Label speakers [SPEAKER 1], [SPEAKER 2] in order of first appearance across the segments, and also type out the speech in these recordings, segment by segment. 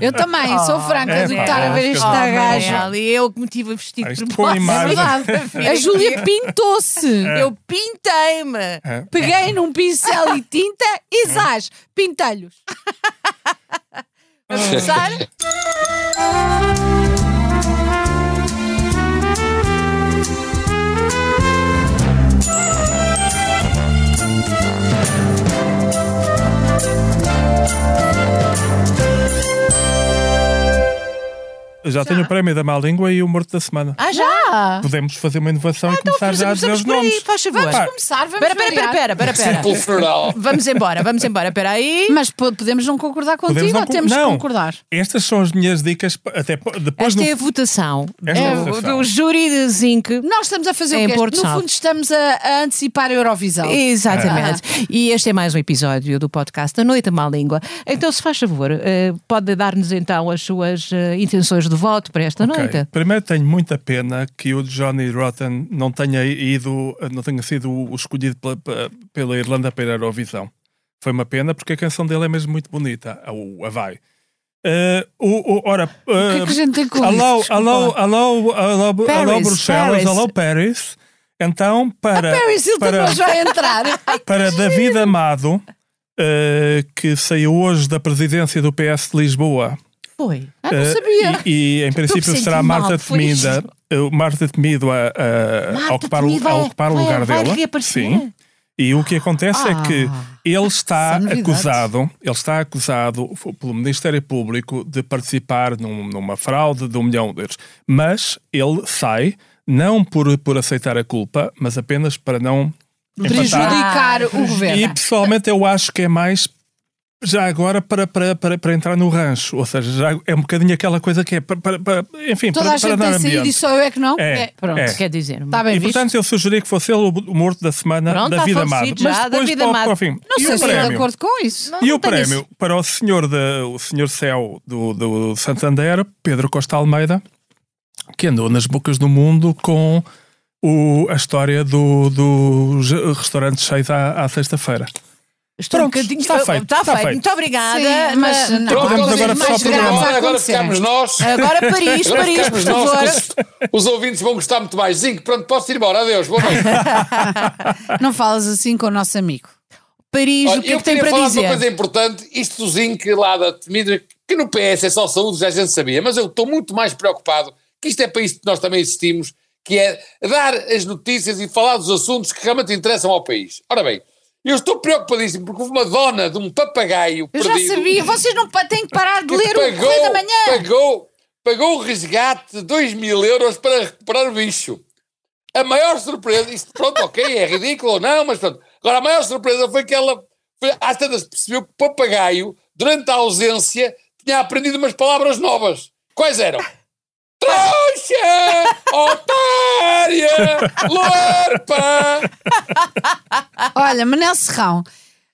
[SPEAKER 1] Eu também, sou franca
[SPEAKER 2] é
[SPEAKER 1] do
[SPEAKER 2] pá,
[SPEAKER 1] estar a ver
[SPEAKER 2] acho
[SPEAKER 1] esta
[SPEAKER 2] que
[SPEAKER 3] Oh,
[SPEAKER 1] gaja.
[SPEAKER 3] Manel, E eu que me tive a vestir
[SPEAKER 2] Ah,
[SPEAKER 3] de
[SPEAKER 2] isto
[SPEAKER 3] propósito.
[SPEAKER 2] com imagens.
[SPEAKER 3] Verdade, filho.
[SPEAKER 1] A Júlia pintou-se.
[SPEAKER 3] Eu pintei-me.
[SPEAKER 2] É.
[SPEAKER 1] Peguei num pincel e tinta e zás, pintelhos.
[SPEAKER 3] Vamos começar?
[SPEAKER 2] Eu já, tenho o prémio da má língua e o morto da semana.
[SPEAKER 3] Ah, já?
[SPEAKER 2] Podemos fazer uma inovação
[SPEAKER 1] Ah, então
[SPEAKER 2] e começar já a dizer
[SPEAKER 3] Começamos
[SPEAKER 2] os
[SPEAKER 3] por aí,
[SPEAKER 2] nomes.
[SPEAKER 3] faz favor.
[SPEAKER 1] Vamos
[SPEAKER 2] Pá.
[SPEAKER 1] começar, vamos
[SPEAKER 3] Espera, espera,
[SPEAKER 1] variar.
[SPEAKER 3] espera, espera, espera.
[SPEAKER 4] Círculo floral.
[SPEAKER 3] Vamos embora, vamos embora. Espera aí.
[SPEAKER 1] Mas po- podemos não concordar contigo
[SPEAKER 2] Podemos não
[SPEAKER 1] ou
[SPEAKER 2] con-
[SPEAKER 1] temos
[SPEAKER 2] não.
[SPEAKER 1] que concordar?
[SPEAKER 2] Estas são as minhas dicas, pa- até po- depois
[SPEAKER 3] Esta
[SPEAKER 2] no-
[SPEAKER 3] é a votação
[SPEAKER 2] Esta é a
[SPEAKER 3] do-
[SPEAKER 2] votação.
[SPEAKER 3] do júri de Zinc.
[SPEAKER 1] Nós estamos a fazer
[SPEAKER 3] Em
[SPEAKER 1] o quê?
[SPEAKER 3] Porto
[SPEAKER 1] no
[SPEAKER 3] Salvo.
[SPEAKER 1] fundo estamos a, a antecipar a Eurovisão.
[SPEAKER 3] Exatamente.
[SPEAKER 2] Ah.
[SPEAKER 3] E este é mais um episódio do podcast da Noite à Má Língua. Então, se faz favor, eh, pode dar-nos então as suas eh, intenções de voto para esta
[SPEAKER 2] Ok.
[SPEAKER 3] noite.
[SPEAKER 2] Primeiro tenho muita pena que o Johnny Rotten não tenha ido, não tenha sido o escolhido pela, pe- pela Irlanda para a Eurovisão. Foi uma pena porque a canção dele é mesmo muito bonita, a, o- a Vai. Eh, o, o- ora, eh,
[SPEAKER 1] O que é que a gente tem com
[SPEAKER 2] hello,
[SPEAKER 1] isso?
[SPEAKER 2] hello, hello, hello,
[SPEAKER 3] Paris,
[SPEAKER 2] Bruxelas,
[SPEAKER 3] Paris.
[SPEAKER 2] hello Paris. Então, para,
[SPEAKER 1] Ah, Paris Hilton
[SPEAKER 2] para,
[SPEAKER 1] hoje vai entrar. Ai,
[SPEAKER 2] para David Amado, eh, que saiu hoje da presidência do PS de Lisboa,
[SPEAKER 3] Foi.
[SPEAKER 1] ah, não
[SPEAKER 2] eh,
[SPEAKER 1] sabia.
[SPEAKER 2] E, e, em princípio
[SPEAKER 3] senti
[SPEAKER 2] será a
[SPEAKER 3] mal,
[SPEAKER 2] Marta
[SPEAKER 3] foi
[SPEAKER 2] Temida, eh, Marta Temido a, a- a ocupar, o- a
[SPEAKER 3] Temido vai-
[SPEAKER 2] ocupar
[SPEAKER 3] vai-
[SPEAKER 2] o lugar
[SPEAKER 3] vai
[SPEAKER 2] dela.
[SPEAKER 3] reaparecer?
[SPEAKER 2] Sim. E o que acontece
[SPEAKER 3] Ah,
[SPEAKER 2] é que ele está
[SPEAKER 1] isso é novidade.
[SPEAKER 2] acusado, ele está acusado f- pelo Ministério Público de participar num- numa fraude de um milhão de euros. Mas ele sai não por, por aceitar a culpa, mas apenas para não empatar.
[SPEAKER 1] Prejudicar o
[SPEAKER 2] E
[SPEAKER 1] governo.
[SPEAKER 2] pessoalmente eu acho que é mais já agora para, para, para, para entrar no rancho. Ou seja, já é um bocadinho aquela coisa que é para, para- para- enfim,
[SPEAKER 1] Toda
[SPEAKER 2] para,
[SPEAKER 1] a gente
[SPEAKER 2] para dar
[SPEAKER 1] tem saído e
[SPEAKER 2] ambiente.
[SPEAKER 1] só eu é que não?
[SPEAKER 2] É,
[SPEAKER 1] pronto. Tá
[SPEAKER 2] é.
[SPEAKER 1] Está
[SPEAKER 3] Quer dizer,
[SPEAKER 1] bem
[SPEAKER 2] E
[SPEAKER 1] visto.
[SPEAKER 2] portanto eu sugeri que fosse ele o morto da semana
[SPEAKER 3] Pronto,
[SPEAKER 2] da vida
[SPEAKER 3] Afonso
[SPEAKER 2] amada.
[SPEAKER 3] Dito, já,
[SPEAKER 2] Mas depois
[SPEAKER 3] David
[SPEAKER 2] para, o-
[SPEAKER 3] Amado.
[SPEAKER 2] para o fim.
[SPEAKER 1] Não
[SPEAKER 2] e
[SPEAKER 1] sei
[SPEAKER 2] o
[SPEAKER 1] se estou de
[SPEAKER 2] prémio?
[SPEAKER 1] acordo com isso.
[SPEAKER 2] e o prémio para o senhor, de, o senhor céu do, do Santander, Pedro Costa Almeida, que andou nas bocas do mundo com o- a história do, do je- restaurante cheio à, à sexta-feira.
[SPEAKER 3] Estou
[SPEAKER 2] Pronto,
[SPEAKER 3] um bocadinho.
[SPEAKER 2] está feito,
[SPEAKER 3] Está
[SPEAKER 2] está
[SPEAKER 3] feito.
[SPEAKER 2] feito.
[SPEAKER 3] Muito obrigada.
[SPEAKER 1] Sim, mas
[SPEAKER 3] Na-
[SPEAKER 1] não.
[SPEAKER 4] Pronto,
[SPEAKER 2] Podemos
[SPEAKER 4] agora
[SPEAKER 2] agora
[SPEAKER 3] assim,
[SPEAKER 4] mais
[SPEAKER 2] fechar o
[SPEAKER 4] graves,
[SPEAKER 2] programa.
[SPEAKER 4] Agora
[SPEAKER 1] Acontecer.
[SPEAKER 4] ficamos nós.
[SPEAKER 3] Agora Paris,
[SPEAKER 4] Agora
[SPEAKER 3] Paris, É. por
[SPEAKER 4] ficamos nós.
[SPEAKER 3] favor.
[SPEAKER 4] que Os, os ouvintes vão gostar muito mais. Zinco, pronto, posso ir embora. Adeus, boa noite.
[SPEAKER 1] Não falas assim com o nosso amigo.
[SPEAKER 3] Paris,
[SPEAKER 4] Olha,
[SPEAKER 3] o que é
[SPEAKER 4] eu
[SPEAKER 3] que tem para
[SPEAKER 4] queria falar de uma
[SPEAKER 3] dizer?
[SPEAKER 4] coisa importante. Isto do Zinco lá da temida, que no PS é só saúde, já a gente sabia. Mas eu estou muito mais preocupado, que isto é para isto que nós também existimos, que é dar as notícias e falar dos assuntos que realmente interessam ao país. Ora bem, eu estou preocupadíssimo porque houve uma dona de um papagaio
[SPEAKER 1] Eu já
[SPEAKER 4] perdido.
[SPEAKER 1] sabia, vocês não pa- têm que parar de
[SPEAKER 4] que
[SPEAKER 1] ler o Correio da Manhã.
[SPEAKER 4] Pagou, pagou o resgate de 2 mil euros para recuperar o bicho. A maior surpresa, isto pronto, ok, é ridículo ou não, mas pronto. Agora, a maior surpresa foi que ela, foi, às tantas, percebeu que o papagaio, durante a ausência, tinha aprendido umas palavras novas. Quais eram? Trouxa! Otária! Lorpa!
[SPEAKER 1] Olha, Manel Serrão,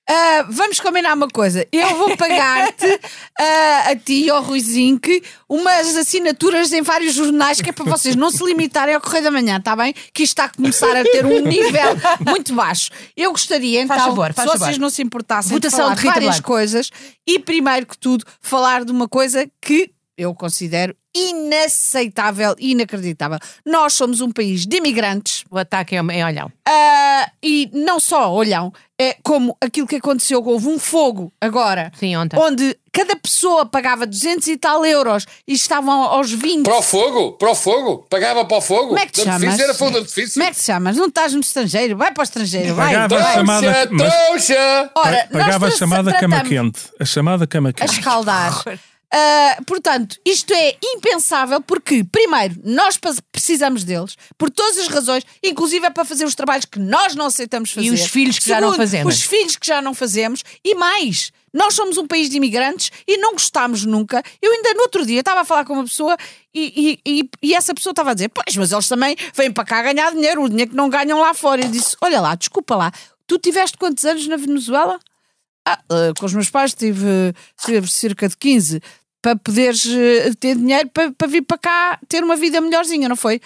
[SPEAKER 1] ah, vamos combinar uma coisa. Eu vou pagar-te ah, a ti, ao Ruizinho, que umas assinaturas em vários jornais que é para vocês não se limitarem ao Correio da Manhã, está bem? Que isto está a começar a ter um nível muito baixo. Eu gostaria, então,
[SPEAKER 3] favor, faz
[SPEAKER 1] se vocês
[SPEAKER 3] favor.
[SPEAKER 1] não se importassem
[SPEAKER 3] Votação
[SPEAKER 1] de falar
[SPEAKER 3] de Rita
[SPEAKER 1] várias
[SPEAKER 3] Blanco.
[SPEAKER 1] coisas e, primeiro que tudo, falar de uma coisa que eu considero inaceitável, inacreditável. Nós somos um país de imigrantes.
[SPEAKER 3] O ataque é é olhão.
[SPEAKER 1] Ah, e não só, olham, é como aquilo que aconteceu, houve um fogo agora,
[SPEAKER 3] Sim, ontem.
[SPEAKER 1] onde cada pessoa pagava 200 e tal euros e estavam aos 20.
[SPEAKER 4] Para o fogo, para o fogo, pagava para o fogo.
[SPEAKER 1] Como é que te
[SPEAKER 4] De artifício,
[SPEAKER 1] chamas?
[SPEAKER 4] Era fogo de artifício.
[SPEAKER 1] Como é que se chamas? Não estás no estrangeiro? Vai para o estrangeiro, vai.
[SPEAKER 2] Pagava
[SPEAKER 4] Trouxa,
[SPEAKER 2] a chamada. mas-
[SPEAKER 4] trouxa!
[SPEAKER 1] Ora, nós
[SPEAKER 2] Pagava a
[SPEAKER 1] tra-
[SPEAKER 2] chamada cama
[SPEAKER 1] tratamos-
[SPEAKER 2] quente. A chamada cama
[SPEAKER 1] a
[SPEAKER 2] quente.
[SPEAKER 1] escaldar. Ah, portanto, isto é impensável porque, primeiro, nós pas- precisamos deles, por todas as razões, inclusive é para fazer os trabalhos que nós não aceitamos fazer.
[SPEAKER 3] E os filhos que já não
[SPEAKER 1] Segundo,
[SPEAKER 3] fazemos.
[SPEAKER 1] Os filhos que já não fazemos. E mais, nós somos um país de imigrantes e não gostámos nunca. Eu ainda no outro dia estava a falar com uma pessoa e, e- e- e essa pessoa estava a dizer: Pois, mas eles também vêm para cá ganhar dinheiro, o dinheiro que não ganham lá fora. Eu disse: Olha lá, desculpa lá, tu tiveste quantos anos na Venezuela? Ah, eh, com os meus pais tive, eh, tive cerca de 15 para poderes eh, ter dinheiro para, para vir para cá ter uma vida melhorzinha, não foi?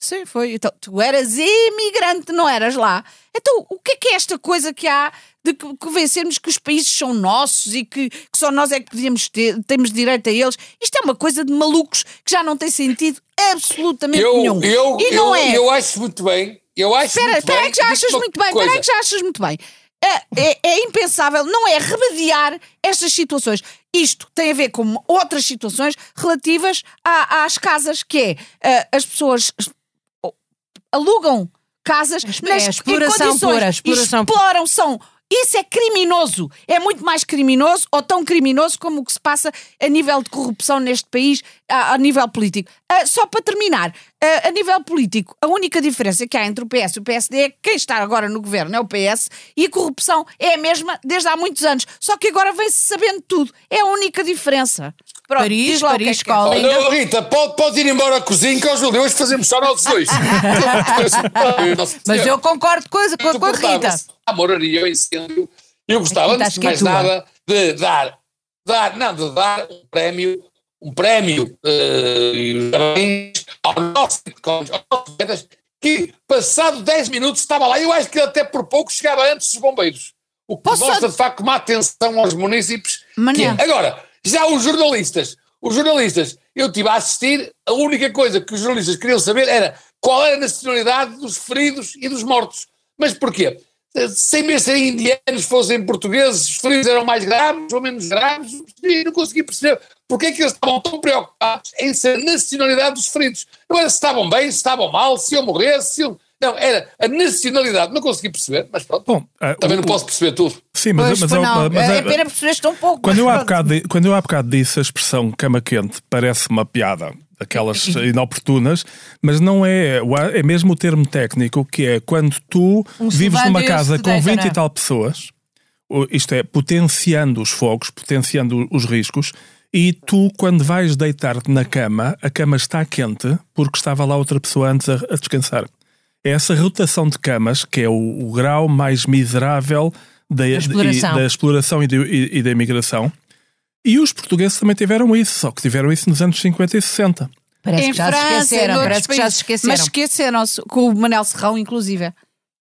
[SPEAKER 1] Sim, foi. Então, tu eras imigrante, não eras lá. Então, o que é que é esta coisa que há de que- convencermos que os países são nossos e que, que só nós é que podíamos ter, temos direito a eles? Isto é uma coisa de malucos que já não tem sentido absolutamente
[SPEAKER 4] Eu,
[SPEAKER 1] nenhum.
[SPEAKER 4] eu,
[SPEAKER 1] e
[SPEAKER 4] eu,
[SPEAKER 1] não é.
[SPEAKER 4] eu acho muito bem. Eu acho
[SPEAKER 1] Espera,
[SPEAKER 4] muito
[SPEAKER 1] espera
[SPEAKER 4] bem.
[SPEAKER 1] aí que já achas
[SPEAKER 4] Digo-te
[SPEAKER 1] muito
[SPEAKER 4] uma
[SPEAKER 1] bem. Espera aí que já achas muito bem. É, é- é impensável, não é remediar estas situações. Isto tem a ver com outras situações relativas a- às casas, que é ah, as pessoas es- o- alugam casas nas
[SPEAKER 3] é a
[SPEAKER 1] em
[SPEAKER 3] exploração
[SPEAKER 1] condições
[SPEAKER 3] pura, a exploração pura.
[SPEAKER 1] exploram são isso é criminoso. É muito mais criminoso ou tão criminoso como o que se passa a nível de corrupção neste país, a, a nível político. Ah, só para terminar, ah, a nível político, a única diferença que há entre o PS e o PSD é que quem está agora no governo é o PS e a corrupção é a mesma desde há muitos anos. Só que agora vem-se sabendo tudo. É a única diferença. Pronto,
[SPEAKER 3] Paris,
[SPEAKER 1] diz lá o que é
[SPEAKER 3] Paris,
[SPEAKER 1] que é.
[SPEAKER 3] cola.
[SPEAKER 4] Olha,
[SPEAKER 3] Ainda-
[SPEAKER 4] Rita, pode, pode ir embora à cozinha que aos judeus fazemos só nós dois.
[SPEAKER 3] Mas eu concordo com a, com a- com a Rita.
[SPEAKER 4] Suportava-se A moraria, o incêndio. Eu
[SPEAKER 3] A
[SPEAKER 4] gostava,
[SPEAKER 3] Rita
[SPEAKER 4] antes
[SPEAKER 3] acho
[SPEAKER 4] de
[SPEAKER 3] que é
[SPEAKER 4] mais
[SPEAKER 3] tua.
[SPEAKER 4] nada, de dar, dar, não, de dar um prémio, um prémio eh, e os parabéns ao nosso Bitcoins, aos nossos atletas, que passado 10 minutos estava lá. Eu acho que ele até por pouco chegava antes dos bombeiros. O que
[SPEAKER 1] Posso-
[SPEAKER 4] mostra, de facto, uma atenção aos munícipes. que é.
[SPEAKER 1] Manel.
[SPEAKER 4] Agora, já os jornalistas, os jornalistas, eu estive a assistir, a única coisa que os jornalistas queriam saber era qual era a nacionalidade dos feridos e dos mortos. Mas porquê? Sem mesmo serem indianos, fossem portugueses, os feridos eram mais graves ou menos graves, e não consegui perceber porque é que eles estavam tão preocupados em ser a nacionalidade dos feridos. Não era se estavam bem, se estavam mal, se eu morresse, se eu... Não, era a nacionalidade, não consegui perceber, mas pronto,
[SPEAKER 2] Bom, ah,
[SPEAKER 4] também
[SPEAKER 2] o-
[SPEAKER 4] não posso perceber tudo.
[SPEAKER 2] Sim, mas,
[SPEAKER 1] Pois,
[SPEAKER 2] mas,
[SPEAKER 1] pois não.
[SPEAKER 2] mas-
[SPEAKER 1] é pena perceber tão pouco.
[SPEAKER 2] quando, eu há
[SPEAKER 1] Pronto.
[SPEAKER 2] bocado, di- quando eu há bocado disse a expressão cama quente parece uma piada, aquelas inoportunas, mas não é. o a- É mesmo o termo técnico que é quando tu
[SPEAKER 3] Um
[SPEAKER 2] vives
[SPEAKER 3] sovadio
[SPEAKER 2] numa casa
[SPEAKER 3] se
[SPEAKER 2] com
[SPEAKER 3] deita,
[SPEAKER 2] 20
[SPEAKER 3] não é?
[SPEAKER 2] e tal pessoas, o- isto é, potenciando os fogos, potenciando os riscos. E tu, quando vais deitar-te na cama, a cama está quente porque estava lá outra pessoa antes a, a descansar. É essa rotação de camas que é o, o grau mais miserável da, e-
[SPEAKER 3] exploração.
[SPEAKER 2] da exploração e, do- e- e da imigração. E os portugueses também tiveram isso, só que tiveram isso nos anos 50 e 60.
[SPEAKER 3] Parece
[SPEAKER 1] Em
[SPEAKER 3] que já se
[SPEAKER 1] França,
[SPEAKER 3] esqueceram.
[SPEAKER 1] noutros
[SPEAKER 3] Parece que já se
[SPEAKER 1] países.
[SPEAKER 3] esqueceram.
[SPEAKER 1] Mas esqueceram-se, com o Manel Serrão, inclusive.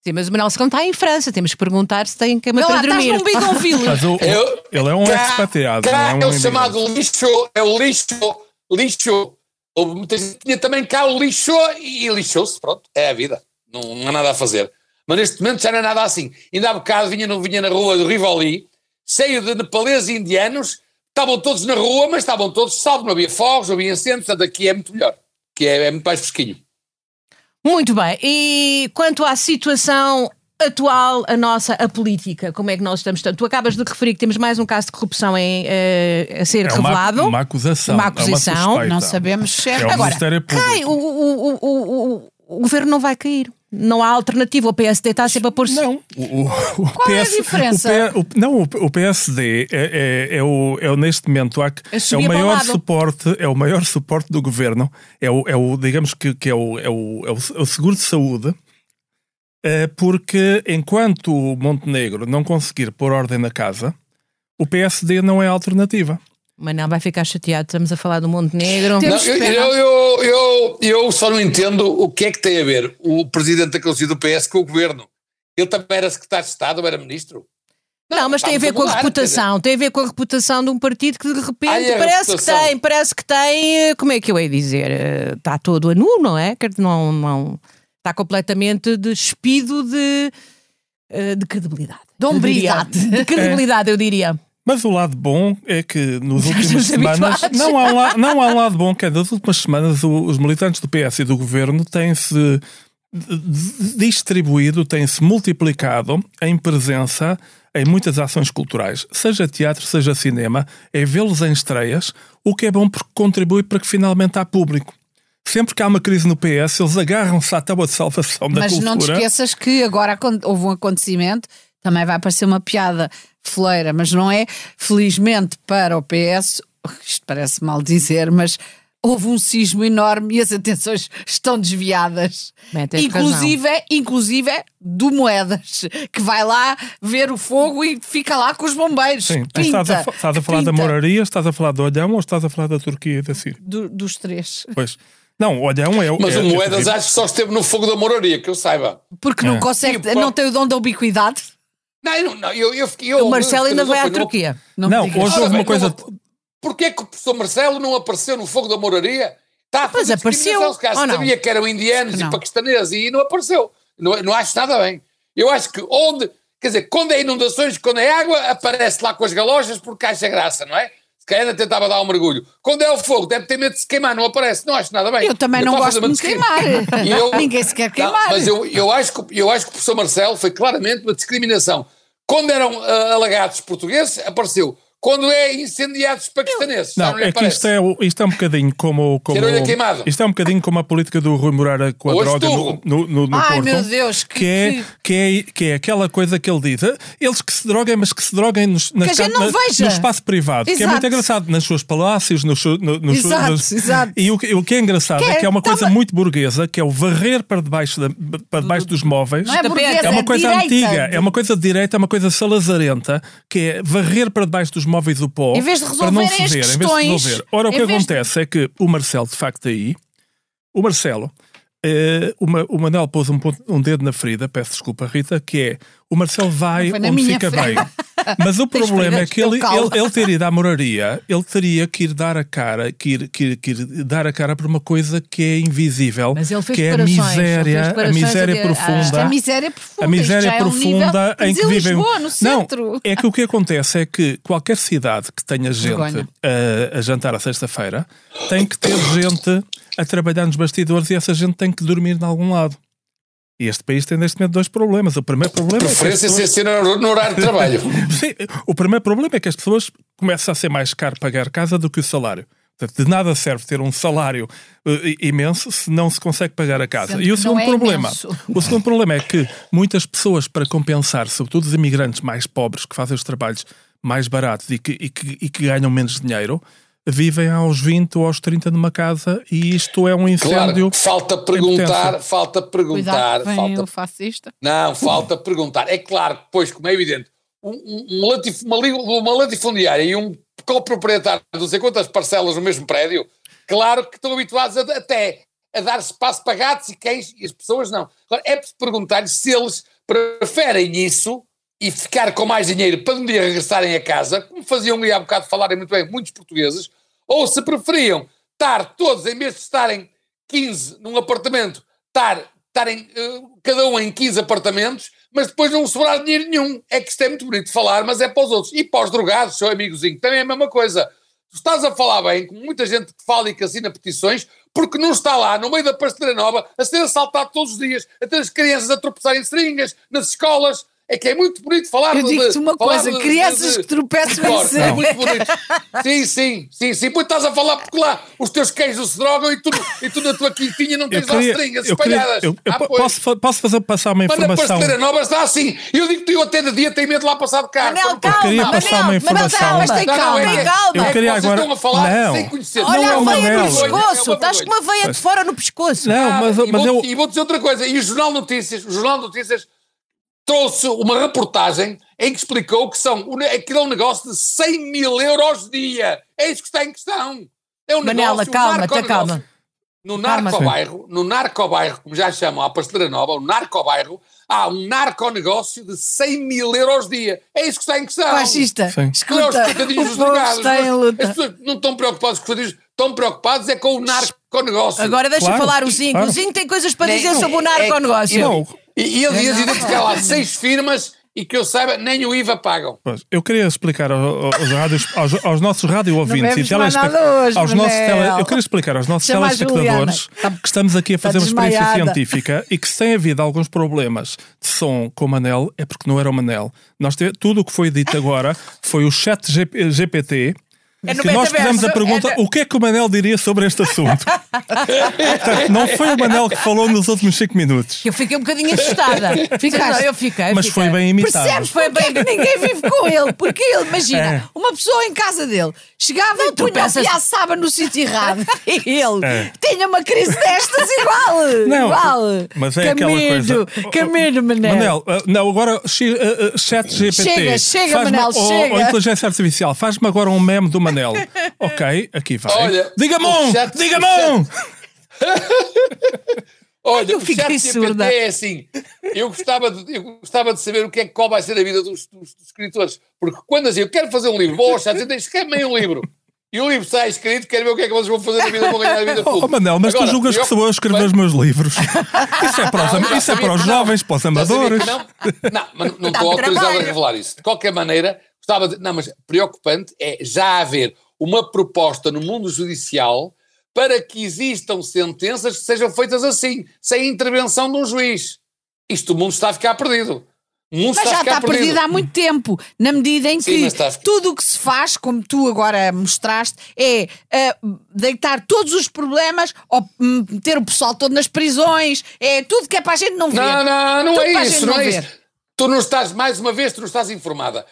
[SPEAKER 3] Sim, mas o Manuel Secão está em França. Temos que perguntar se tem
[SPEAKER 1] Vê
[SPEAKER 3] cama
[SPEAKER 1] lá,
[SPEAKER 3] para
[SPEAKER 1] estás
[SPEAKER 3] dormir.
[SPEAKER 1] num bidonville.
[SPEAKER 2] Mas o-
[SPEAKER 4] Eu-
[SPEAKER 2] ele é um
[SPEAKER 4] Cá-
[SPEAKER 2] expatriado, não
[SPEAKER 4] cá
[SPEAKER 2] é um
[SPEAKER 4] é o
[SPEAKER 2] imigrante.
[SPEAKER 4] chamado lixo, é o lixo, lixo. Houve muita gente que tinha também cá o lixo e lixou-se, pronto, é a vida, não, não há nada a fazer. Mas neste momento já não é nada assim. Ainda há bocado vinha, não vinha na rua do Rivoli, cheio de nepaleses e indianos, estavam todos na rua, mas estavam todos salvo, não havia fogos, não havia incêndios, portanto aqui é muito melhor, que é, é muito mais fresquinho.
[SPEAKER 3] Muito bem. E quanto à situação atual, a nossa, a política, como é que nós estamos? Portanto, tu acabas de referir que temos mais um caso de corrupção em, eh, a ser
[SPEAKER 2] É uma,
[SPEAKER 3] revelado.
[SPEAKER 2] uma acusação.
[SPEAKER 3] Uma
[SPEAKER 2] é
[SPEAKER 3] acusação,
[SPEAKER 2] suspeita.
[SPEAKER 1] Não sabemos se
[SPEAKER 2] É o
[SPEAKER 3] Agora,
[SPEAKER 2] Ministério Público.
[SPEAKER 3] Cai, o, o- o- o- o- o governo não vai cair. Não há alternativa. O PSD está sempre a pôr-se.
[SPEAKER 2] Não. O, o- o
[SPEAKER 1] Qual é a
[SPEAKER 2] PS
[SPEAKER 1] diferença?
[SPEAKER 2] o P- o- não, o, o PSD é, é, é o, é o, neste momento, há que-
[SPEAKER 3] Eu
[SPEAKER 2] é o
[SPEAKER 3] subia para o
[SPEAKER 2] maior
[SPEAKER 3] lado.
[SPEAKER 2] suporte, é o maior suporte do governo, é o, é o digamos que, que é, o, é, o, é o- é o seguro de saúde, eh, porque enquanto o Montenegro não conseguir pôr ordem na casa, o PSD não é a alternativa.
[SPEAKER 3] Mas não vai ficar chateado. Estamos a falar do Montenegro.
[SPEAKER 4] Não,
[SPEAKER 1] Temos-
[SPEAKER 4] eu,
[SPEAKER 1] pena.
[SPEAKER 4] eu, eu, eu, eu só não entendo o que é que tem a ver o presidente da Conselho do PS com o governo. Ele também era secretário de Estado, ou era ministro?
[SPEAKER 3] Não, mas tem a ver com
[SPEAKER 4] vamos
[SPEAKER 3] a
[SPEAKER 4] mudar,
[SPEAKER 3] reputação. Tem a ver com a reputação de um partido que de repente
[SPEAKER 4] Ai, a
[SPEAKER 3] parece que
[SPEAKER 4] reputação.
[SPEAKER 3] tem, parece que tem, eh, como é que eu hei de dizer? Eh, Está todo a nu, não é? Quer dizer, Não, não, está completamente despido de, eh, de credibilidade.
[SPEAKER 1] De hombridade.
[SPEAKER 3] Eu
[SPEAKER 2] É.
[SPEAKER 3] diria. De credibilidade, eu diria.
[SPEAKER 2] Mas o lado bom é que nos últimas
[SPEAKER 3] estamos
[SPEAKER 2] semanas.
[SPEAKER 3] habituados.
[SPEAKER 2] Não há, um la- não há um lado bom, que é das últimas semanas o- os militantes do PS e do governo têm-se d- d- distribuído, têm-se multiplicado em presença em muitas ações culturais, seja teatro, seja cinema, é vê-los em estreias, o que é bom porque contribui para que finalmente há público. Sempre que há uma crise no PS, eles agarram-se à tábua de salvação da
[SPEAKER 1] Mas
[SPEAKER 2] cultura.
[SPEAKER 1] não te esqueças que agora acon- houve um acontecimento, também vai parecer uma piada foleira, mas não é. Felizmente para o PS, isto parece mal dizer, mas houve um sismo enorme e as atenções estão desviadas.
[SPEAKER 3] Bem, tens
[SPEAKER 1] Inclusive, é, inclusive do Moedas, que vai lá ver o fogo e fica lá com os bombeiros.
[SPEAKER 2] Sim,
[SPEAKER 1] Pinta,
[SPEAKER 2] estás a, fa- estás a falar da
[SPEAKER 1] pinta.
[SPEAKER 2] moraria, estás a falar do olhão ou estás a falar da Turquia e da Síria?
[SPEAKER 1] Do- dos três.
[SPEAKER 2] Pois. Não, olha, é um eu.
[SPEAKER 4] Mas
[SPEAKER 2] é,
[SPEAKER 4] o
[SPEAKER 2] é
[SPEAKER 4] Moedas
[SPEAKER 2] terrível.
[SPEAKER 4] acho que só esteve no fogo da moraria, que eu saiba.
[SPEAKER 1] Porque não
[SPEAKER 2] É.
[SPEAKER 1] consegue,
[SPEAKER 4] E, pá,
[SPEAKER 1] não tem o dom da ubiquidade.
[SPEAKER 4] Não, eu, não, eu, eu fiquei.
[SPEAKER 1] O Marcelo ainda vai à
[SPEAKER 4] Turquia.
[SPEAKER 1] Turquia.
[SPEAKER 2] Não,
[SPEAKER 1] me digas.
[SPEAKER 2] hoje
[SPEAKER 4] Ora
[SPEAKER 2] houve
[SPEAKER 4] bem,
[SPEAKER 2] uma coisa.
[SPEAKER 4] não- Porquê é que o professor Marcelo não apareceu no fogo da moraria? Está a
[SPEAKER 1] Pois
[SPEAKER 4] fazer
[SPEAKER 1] apareceu,
[SPEAKER 4] discriminação, se calhar
[SPEAKER 1] ou não?
[SPEAKER 4] sabia que eram indianos
[SPEAKER 1] Não.
[SPEAKER 4] e paquistaneses e não apareceu. Não, não acho nada bem. Eu acho que onde, quer dizer, quando é inundações, quando é água, aparece lá com as galochas porque acha graça, não é? Se calhar ainda tentava dar um mergulho. Quando é o fogo, deve ter medo de se queimar, não aparece, não acho nada bem.
[SPEAKER 1] Eu também não
[SPEAKER 4] estou a
[SPEAKER 1] gosto de
[SPEAKER 4] fazer
[SPEAKER 1] me
[SPEAKER 4] uma
[SPEAKER 1] queimar.
[SPEAKER 4] discriminação. E eu-
[SPEAKER 1] Ninguém se quer queimar.
[SPEAKER 4] Não, mas eu, eu, acho que, eu acho que o professor Marcelo foi claramente uma discriminação. Quando eram ah, alagados portugueses, apareceu. Quando é incendiados paquistaneses, já
[SPEAKER 2] Não,
[SPEAKER 4] lhe
[SPEAKER 2] é que isto
[SPEAKER 4] aparece.
[SPEAKER 2] é, o- isto é um bocadinho como. como
[SPEAKER 4] Cheiro-lhe a queimado.
[SPEAKER 2] isto é um bocadinho como a política do Rui Moreira com a
[SPEAKER 4] Ou
[SPEAKER 2] droga no,
[SPEAKER 4] esturro.
[SPEAKER 2] no, no, no
[SPEAKER 1] Ai,
[SPEAKER 2] Porto.
[SPEAKER 1] meu Deus, que-
[SPEAKER 2] Que é,
[SPEAKER 1] que-
[SPEAKER 2] que, é, que é aquela coisa que ele diz. "Ah, Eles que se droguem, mas que se droguem nos, nas
[SPEAKER 1] Que a gente
[SPEAKER 2] ca-
[SPEAKER 1] não
[SPEAKER 2] na-
[SPEAKER 1] veja."
[SPEAKER 2] no espaço privado. Que é
[SPEAKER 1] Exato.
[SPEAKER 2] muito engraçado. Nas suas palácios, nos seus. no- nos seus-
[SPEAKER 1] Exato,
[SPEAKER 2] nos-
[SPEAKER 1] exato.
[SPEAKER 2] E o, que- o que é engraçado
[SPEAKER 1] Que
[SPEAKER 2] é,
[SPEAKER 1] é-
[SPEAKER 2] que é uma coisa
[SPEAKER 1] tava-
[SPEAKER 2] muito burguesa, que é o varrer para debaixo, da- para debaixo dos móveis.
[SPEAKER 1] Não é
[SPEAKER 3] Tapete.
[SPEAKER 1] burguesa,
[SPEAKER 2] É uma coisa
[SPEAKER 1] direita.
[SPEAKER 2] antiga, é uma coisa de direita, é uma coisa salazarenta, que é varrer para debaixo dos móveis o pó
[SPEAKER 1] Em vez de
[SPEAKER 2] para não se
[SPEAKER 1] resolverem as
[SPEAKER 2] ver, em vez de
[SPEAKER 1] questões,
[SPEAKER 2] resolver. Ora, o
[SPEAKER 1] em
[SPEAKER 2] que
[SPEAKER 1] vez de-
[SPEAKER 2] acontece é que o Marcelo, de facto, aí, o Marcelo, eh, o Ma- o Manel pôs um, ponto- um dedo na ferida, peço desculpa, Rita, que é o Marcelo vai
[SPEAKER 1] Não foi na
[SPEAKER 2] onde
[SPEAKER 1] minha
[SPEAKER 2] fica
[SPEAKER 1] ferida.
[SPEAKER 2] bem. Mas o problema é
[SPEAKER 1] feridas?
[SPEAKER 2] que ele,
[SPEAKER 1] Eu calo.
[SPEAKER 2] ele, ele ter ido à moraria, ele teria que ir dar a cara, que ir, que ir- que ir dar a cara por uma coisa que é invisível,
[SPEAKER 3] Mas ele fez
[SPEAKER 2] que é a
[SPEAKER 3] declarações, ele fez
[SPEAKER 2] miséria, a
[SPEAKER 3] declarações a
[SPEAKER 2] miséria
[SPEAKER 3] dizer, "Ah,
[SPEAKER 2] profunda
[SPEAKER 1] Isto é miséria profunda. isto
[SPEAKER 2] a miséria
[SPEAKER 1] já é um
[SPEAKER 2] profunda
[SPEAKER 1] nível-
[SPEAKER 2] em que
[SPEAKER 1] Mas
[SPEAKER 2] vivem. um-
[SPEAKER 1] Lisboa, no centro.
[SPEAKER 2] Não, é que o que acontece é que qualquer cidade que tenha gente
[SPEAKER 1] Vergonha.
[SPEAKER 2] a, a jantar à sexta-feira tem que ter gente a trabalhar nos bastidores e essa gente tem que dormir em algum lado. E este país tem neste momento dois problemas. O primeiro problema é que as
[SPEAKER 4] Preferência ser no, no horário de trabalho.
[SPEAKER 2] Sim, o primeiro problema é que as pessoas começam a ser mais caro pagar casa do que o salário. Portanto, de nada serve ter um salário eh, imenso se não se consegue pagar a casa.
[SPEAKER 3] Sendo
[SPEAKER 2] e o
[SPEAKER 3] que
[SPEAKER 2] segundo
[SPEAKER 3] não é
[SPEAKER 2] problema,
[SPEAKER 3] imenso.
[SPEAKER 2] o segundo problema é que muitas pessoas para compensar, sobretudo os imigrantes mais pobres que fazem os trabalhos mais baratos e que, e que- e que ganham menos dinheiro, vivem aos 20 ou aos 30 numa casa e isto é um incêndio.
[SPEAKER 4] Claro, falta perguntar, falta perguntar,
[SPEAKER 1] Cuidado, vem
[SPEAKER 4] falta
[SPEAKER 1] o fascista.
[SPEAKER 4] Não, falta perguntar. É claro que, pois, como é evidente, um, um- um latif- uma, li- uma latifundiária e um coproprietário de não sei quantas parcelas no mesmo prédio, claro que estão habituados a- até a dar espaço para gatos e cães e as pessoas não. Agora, é preciso perguntar-lhes se eles preferem isso e ficar com mais dinheiro para um dia regressarem a casa, como faziam ali há bocado falarem muito bem muitos portugueses, ou se preferiam estar todos, em vez de estarem 15 num apartamento, estar, estarem eh, cada um em 15 apartamentos, mas depois não sobrar dinheiro nenhum. É que isto é muito bonito de falar, mas é para os outros. E para os drogados, seu amigozinho, também é a mesma coisa. Tu estás a falar bem com muita gente que fala e que assina petições porque não está lá, no meio da pasteleira nova, a ser assaltado todos os dias, a ter as crianças a tropeçarem em seringas, nas escolas. É que é muito bonito falar
[SPEAKER 1] Eu
[SPEAKER 4] de-
[SPEAKER 1] digo-te uma
[SPEAKER 4] falar
[SPEAKER 1] coisa:
[SPEAKER 4] de-
[SPEAKER 1] crianças
[SPEAKER 4] de-
[SPEAKER 1] que tropeçam em
[SPEAKER 4] Claro, é
[SPEAKER 1] ser.
[SPEAKER 4] muito bonito. Sim, sim, sim, sim. Pois estás a falar porque lá os teus queijos se drogam e tu, e tu na tua quintinha não
[SPEAKER 2] Eu
[SPEAKER 4] tens lá
[SPEAKER 2] queria-
[SPEAKER 4] estringas
[SPEAKER 2] eu queria-
[SPEAKER 4] espalhadas.
[SPEAKER 2] eu- eu
[SPEAKER 4] Ah,
[SPEAKER 2] po-
[SPEAKER 4] pois.
[SPEAKER 2] posso, fa- posso fazer passar uma
[SPEAKER 4] Mas na
[SPEAKER 2] informação?
[SPEAKER 4] pasteleira nova está assim. Eu digo que eu até de dia tenho medo de lá passar de carro.
[SPEAKER 3] Manel,
[SPEAKER 4] Não,
[SPEAKER 3] calma,
[SPEAKER 2] queria
[SPEAKER 3] Manel,
[SPEAKER 2] passar uma
[SPEAKER 3] Manel,
[SPEAKER 2] informação.
[SPEAKER 3] calma, mas tem
[SPEAKER 4] não,
[SPEAKER 3] calma,
[SPEAKER 4] é, que-
[SPEAKER 3] calma.
[SPEAKER 2] Eu
[SPEAKER 4] é que
[SPEAKER 2] queria
[SPEAKER 4] vocês
[SPEAKER 2] agora-
[SPEAKER 4] estão a falar
[SPEAKER 2] Não.
[SPEAKER 4] sem conhecer.
[SPEAKER 2] Não é o
[SPEAKER 3] Olha a veia
[SPEAKER 2] Manel.
[SPEAKER 3] no
[SPEAKER 4] É
[SPEAKER 3] pescoço,
[SPEAKER 4] uma
[SPEAKER 3] estás
[SPEAKER 4] vergonha.
[SPEAKER 3] com uma veia de fora no pescoço.
[SPEAKER 2] Não,
[SPEAKER 4] Ah,
[SPEAKER 2] mas,
[SPEAKER 4] e,
[SPEAKER 2] mas
[SPEAKER 4] vou,
[SPEAKER 2] eu,
[SPEAKER 4] e vou dizer outra coisa. E o Jornal de Notícias, o Jornal de Notícias trouxe uma reportagem em que explicou que são, o ne- aquilo é um negócio de 100 mil euros dia. É isso que está em questão. É um
[SPEAKER 3] Manela,
[SPEAKER 4] negócio, um
[SPEAKER 3] calma, te
[SPEAKER 4] narconegócio.
[SPEAKER 3] calma.
[SPEAKER 4] No
[SPEAKER 3] Calma.
[SPEAKER 4] narcobairro, no narcobairro, como já chamam a pasteleira nova, o narcobairro, há um narconegócio de 100 mil euros dia. É isso que está em questão.
[SPEAKER 1] Fascista.
[SPEAKER 2] Sim.
[SPEAKER 1] Escuta,
[SPEAKER 4] Não, é os
[SPEAKER 1] o
[SPEAKER 4] coitadinhos dos
[SPEAKER 1] povo
[SPEAKER 4] drogados,
[SPEAKER 1] está em
[SPEAKER 4] mas As
[SPEAKER 1] luta.
[SPEAKER 4] pessoas não estão preocupadas com os coitadinhos, estão preocupadas é com o narconegócio.
[SPEAKER 3] Agora deixa
[SPEAKER 2] Claro,
[SPEAKER 3] falar o Zinho.
[SPEAKER 2] claro.
[SPEAKER 3] O Zinho tem coisas para
[SPEAKER 4] Nem-
[SPEAKER 3] dizer sobre o
[SPEAKER 4] é-
[SPEAKER 3] narco-negócio.
[SPEAKER 2] Não,
[SPEAKER 4] E, e
[SPEAKER 1] É
[SPEAKER 4] aliás, identificar lá seis firmas e que eu saiba, nem o IVA pagam.
[SPEAKER 2] Pois, eu queria explicar ao- ao- aos, rádios- aos- aos nossos rádio ouvintes
[SPEAKER 1] bebes
[SPEAKER 2] e telespe-
[SPEAKER 1] mais nada hoje,
[SPEAKER 2] aos nossos
[SPEAKER 1] Manel.
[SPEAKER 2] tele- eu queria explicar aos nossos
[SPEAKER 1] Chama a
[SPEAKER 2] telespectadores
[SPEAKER 1] Juliana. Tá-
[SPEAKER 2] que estamos aqui a fazer uma experiência
[SPEAKER 1] desmaiada.
[SPEAKER 2] científica e que se tem havido alguns problemas de som com o Manel é porque não era o Manel. Nós tive- tudo o que foi dito agora foi o chat G- GPT.
[SPEAKER 3] É no
[SPEAKER 2] que nós fizemos
[SPEAKER 3] metaverso,
[SPEAKER 2] a pergunta
[SPEAKER 3] é no-
[SPEAKER 2] o que é que o Manel diria sobre este assunto. Portanto, não foi o Manel que falou nos últimos 5 minutos,
[SPEAKER 3] Eu fiquei um bocadinho assustada.
[SPEAKER 1] Ficaste.
[SPEAKER 3] Não, eu fiquei.
[SPEAKER 2] mas
[SPEAKER 3] fiquei.
[SPEAKER 2] foi bem imitado.
[SPEAKER 1] Percebes foi bem que ninguém vive com ele? Porque ele, imagina,
[SPEAKER 2] É.
[SPEAKER 1] uma pessoa em casa dele chegava e punha
[SPEAKER 3] tropeças.
[SPEAKER 1] a assava no sítio errado. E ele
[SPEAKER 2] É.
[SPEAKER 1] tinha uma crise destas igual.
[SPEAKER 2] Não,
[SPEAKER 1] igual.
[SPEAKER 2] mas é aquela
[SPEAKER 1] Camino,
[SPEAKER 2] coisa.
[SPEAKER 1] Camino, Manel.
[SPEAKER 2] Manel, ah, não, agora chi- ah, ah, chat GPT.
[SPEAKER 1] É. Chega, chega,
[SPEAKER 2] Faz-me-
[SPEAKER 1] Manel,
[SPEAKER 2] ou,
[SPEAKER 1] chega.
[SPEAKER 2] ou inteligência artificial, faz-me agora um meme do Manel. ok, aqui vai.
[SPEAKER 4] Olha,
[SPEAKER 2] diga-me
[SPEAKER 4] o
[SPEAKER 2] um!
[SPEAKER 4] chat-
[SPEAKER 2] Diga-me
[SPEAKER 4] o
[SPEAKER 2] um!
[SPEAKER 4] Olha,
[SPEAKER 1] eu
[SPEAKER 4] o
[SPEAKER 1] fiquei
[SPEAKER 4] chat
[SPEAKER 1] surda.
[SPEAKER 4] GPT é assim. Eu gostava, de, eu gostava de saber o que é que qual vai ser a vida dos, dos- dos escritores. Porque quando assim, eu quero fazer um livro, vou ao chat, escreve-me um livro. E o livro sai escrito, quero ver o que é que vocês vão fazer na vida, vão ganhar a vida
[SPEAKER 2] Oh,
[SPEAKER 4] toda.
[SPEAKER 2] Manel, mas
[SPEAKER 4] Agora,
[SPEAKER 2] tu julgas
[SPEAKER 4] eu-
[SPEAKER 2] que sou eu a escrever os meus livros. Isso é para os, am- isso é para os jovens, para os
[SPEAKER 4] Já sabia que
[SPEAKER 2] amadores.
[SPEAKER 4] Não, um- Ah, não, mas não
[SPEAKER 5] Dá
[SPEAKER 4] estou autorizado a
[SPEAKER 5] trabalho.
[SPEAKER 4] revelar isso. De qualquer maneira, gostava de. Não, mas preocupante é já haver uma proposta no mundo judicial para que existam sentenças que sejam feitas assim, sem intervenção de um juiz. Isto o mundo está a ficar perdido. O mundo
[SPEAKER 1] Mas
[SPEAKER 4] está
[SPEAKER 1] já
[SPEAKER 4] a ficar
[SPEAKER 1] está perdido há muito tempo, na medida em
[SPEAKER 4] Sim,
[SPEAKER 1] que
[SPEAKER 4] mas está a ficar-
[SPEAKER 1] tudo o que se faz, como tu agora mostraste, é ah, deitar todos os problemas, ou hum, meter o pessoal todo nas prisões, é tudo que é para a gente não ver.
[SPEAKER 4] Não, não, não
[SPEAKER 1] Tudo para a
[SPEAKER 4] é
[SPEAKER 1] gente
[SPEAKER 4] isso, não
[SPEAKER 1] não
[SPEAKER 4] é
[SPEAKER 1] ver.
[SPEAKER 4] isso. Tu não estás, mais uma vez, tu não estás informada.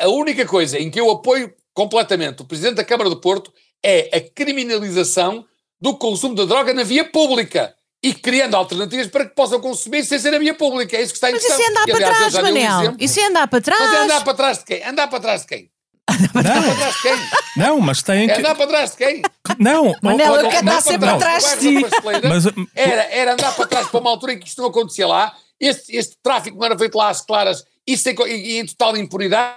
[SPEAKER 4] A, a única coisa em que eu apoio completamente o Presidente da Câmara do Porto é a criminalização do consumo de droga na via pública e criando alternativas para que possam consumir sem ser na via pública. É isso que está em
[SPEAKER 3] Mas
[SPEAKER 4] questão.
[SPEAKER 3] isso é andar
[SPEAKER 4] E,
[SPEAKER 3] para
[SPEAKER 4] aliás, eu
[SPEAKER 3] trás,
[SPEAKER 4] já dei um
[SPEAKER 3] Manel.
[SPEAKER 4] exemplo.
[SPEAKER 3] Isso é andar para trás.
[SPEAKER 4] Mas é andar para trás de quem? Andar para trás de quem?
[SPEAKER 2] Não,
[SPEAKER 4] Atrás de quem?
[SPEAKER 2] não, mas têm
[SPEAKER 4] É
[SPEAKER 2] que.
[SPEAKER 4] andar para trás de quem?
[SPEAKER 2] Não,
[SPEAKER 1] Manel,
[SPEAKER 2] oh,
[SPEAKER 1] eu
[SPEAKER 2] oh,
[SPEAKER 1] quero
[SPEAKER 2] não,
[SPEAKER 1] estar sempre
[SPEAKER 2] não.
[SPEAKER 1] atrás. de ti.
[SPEAKER 2] Mas-
[SPEAKER 4] era, era andar para trás para uma altura em que isto não acontecia lá, este, este tráfico não era feito lá às claras isso em co- e, e em total impunidade,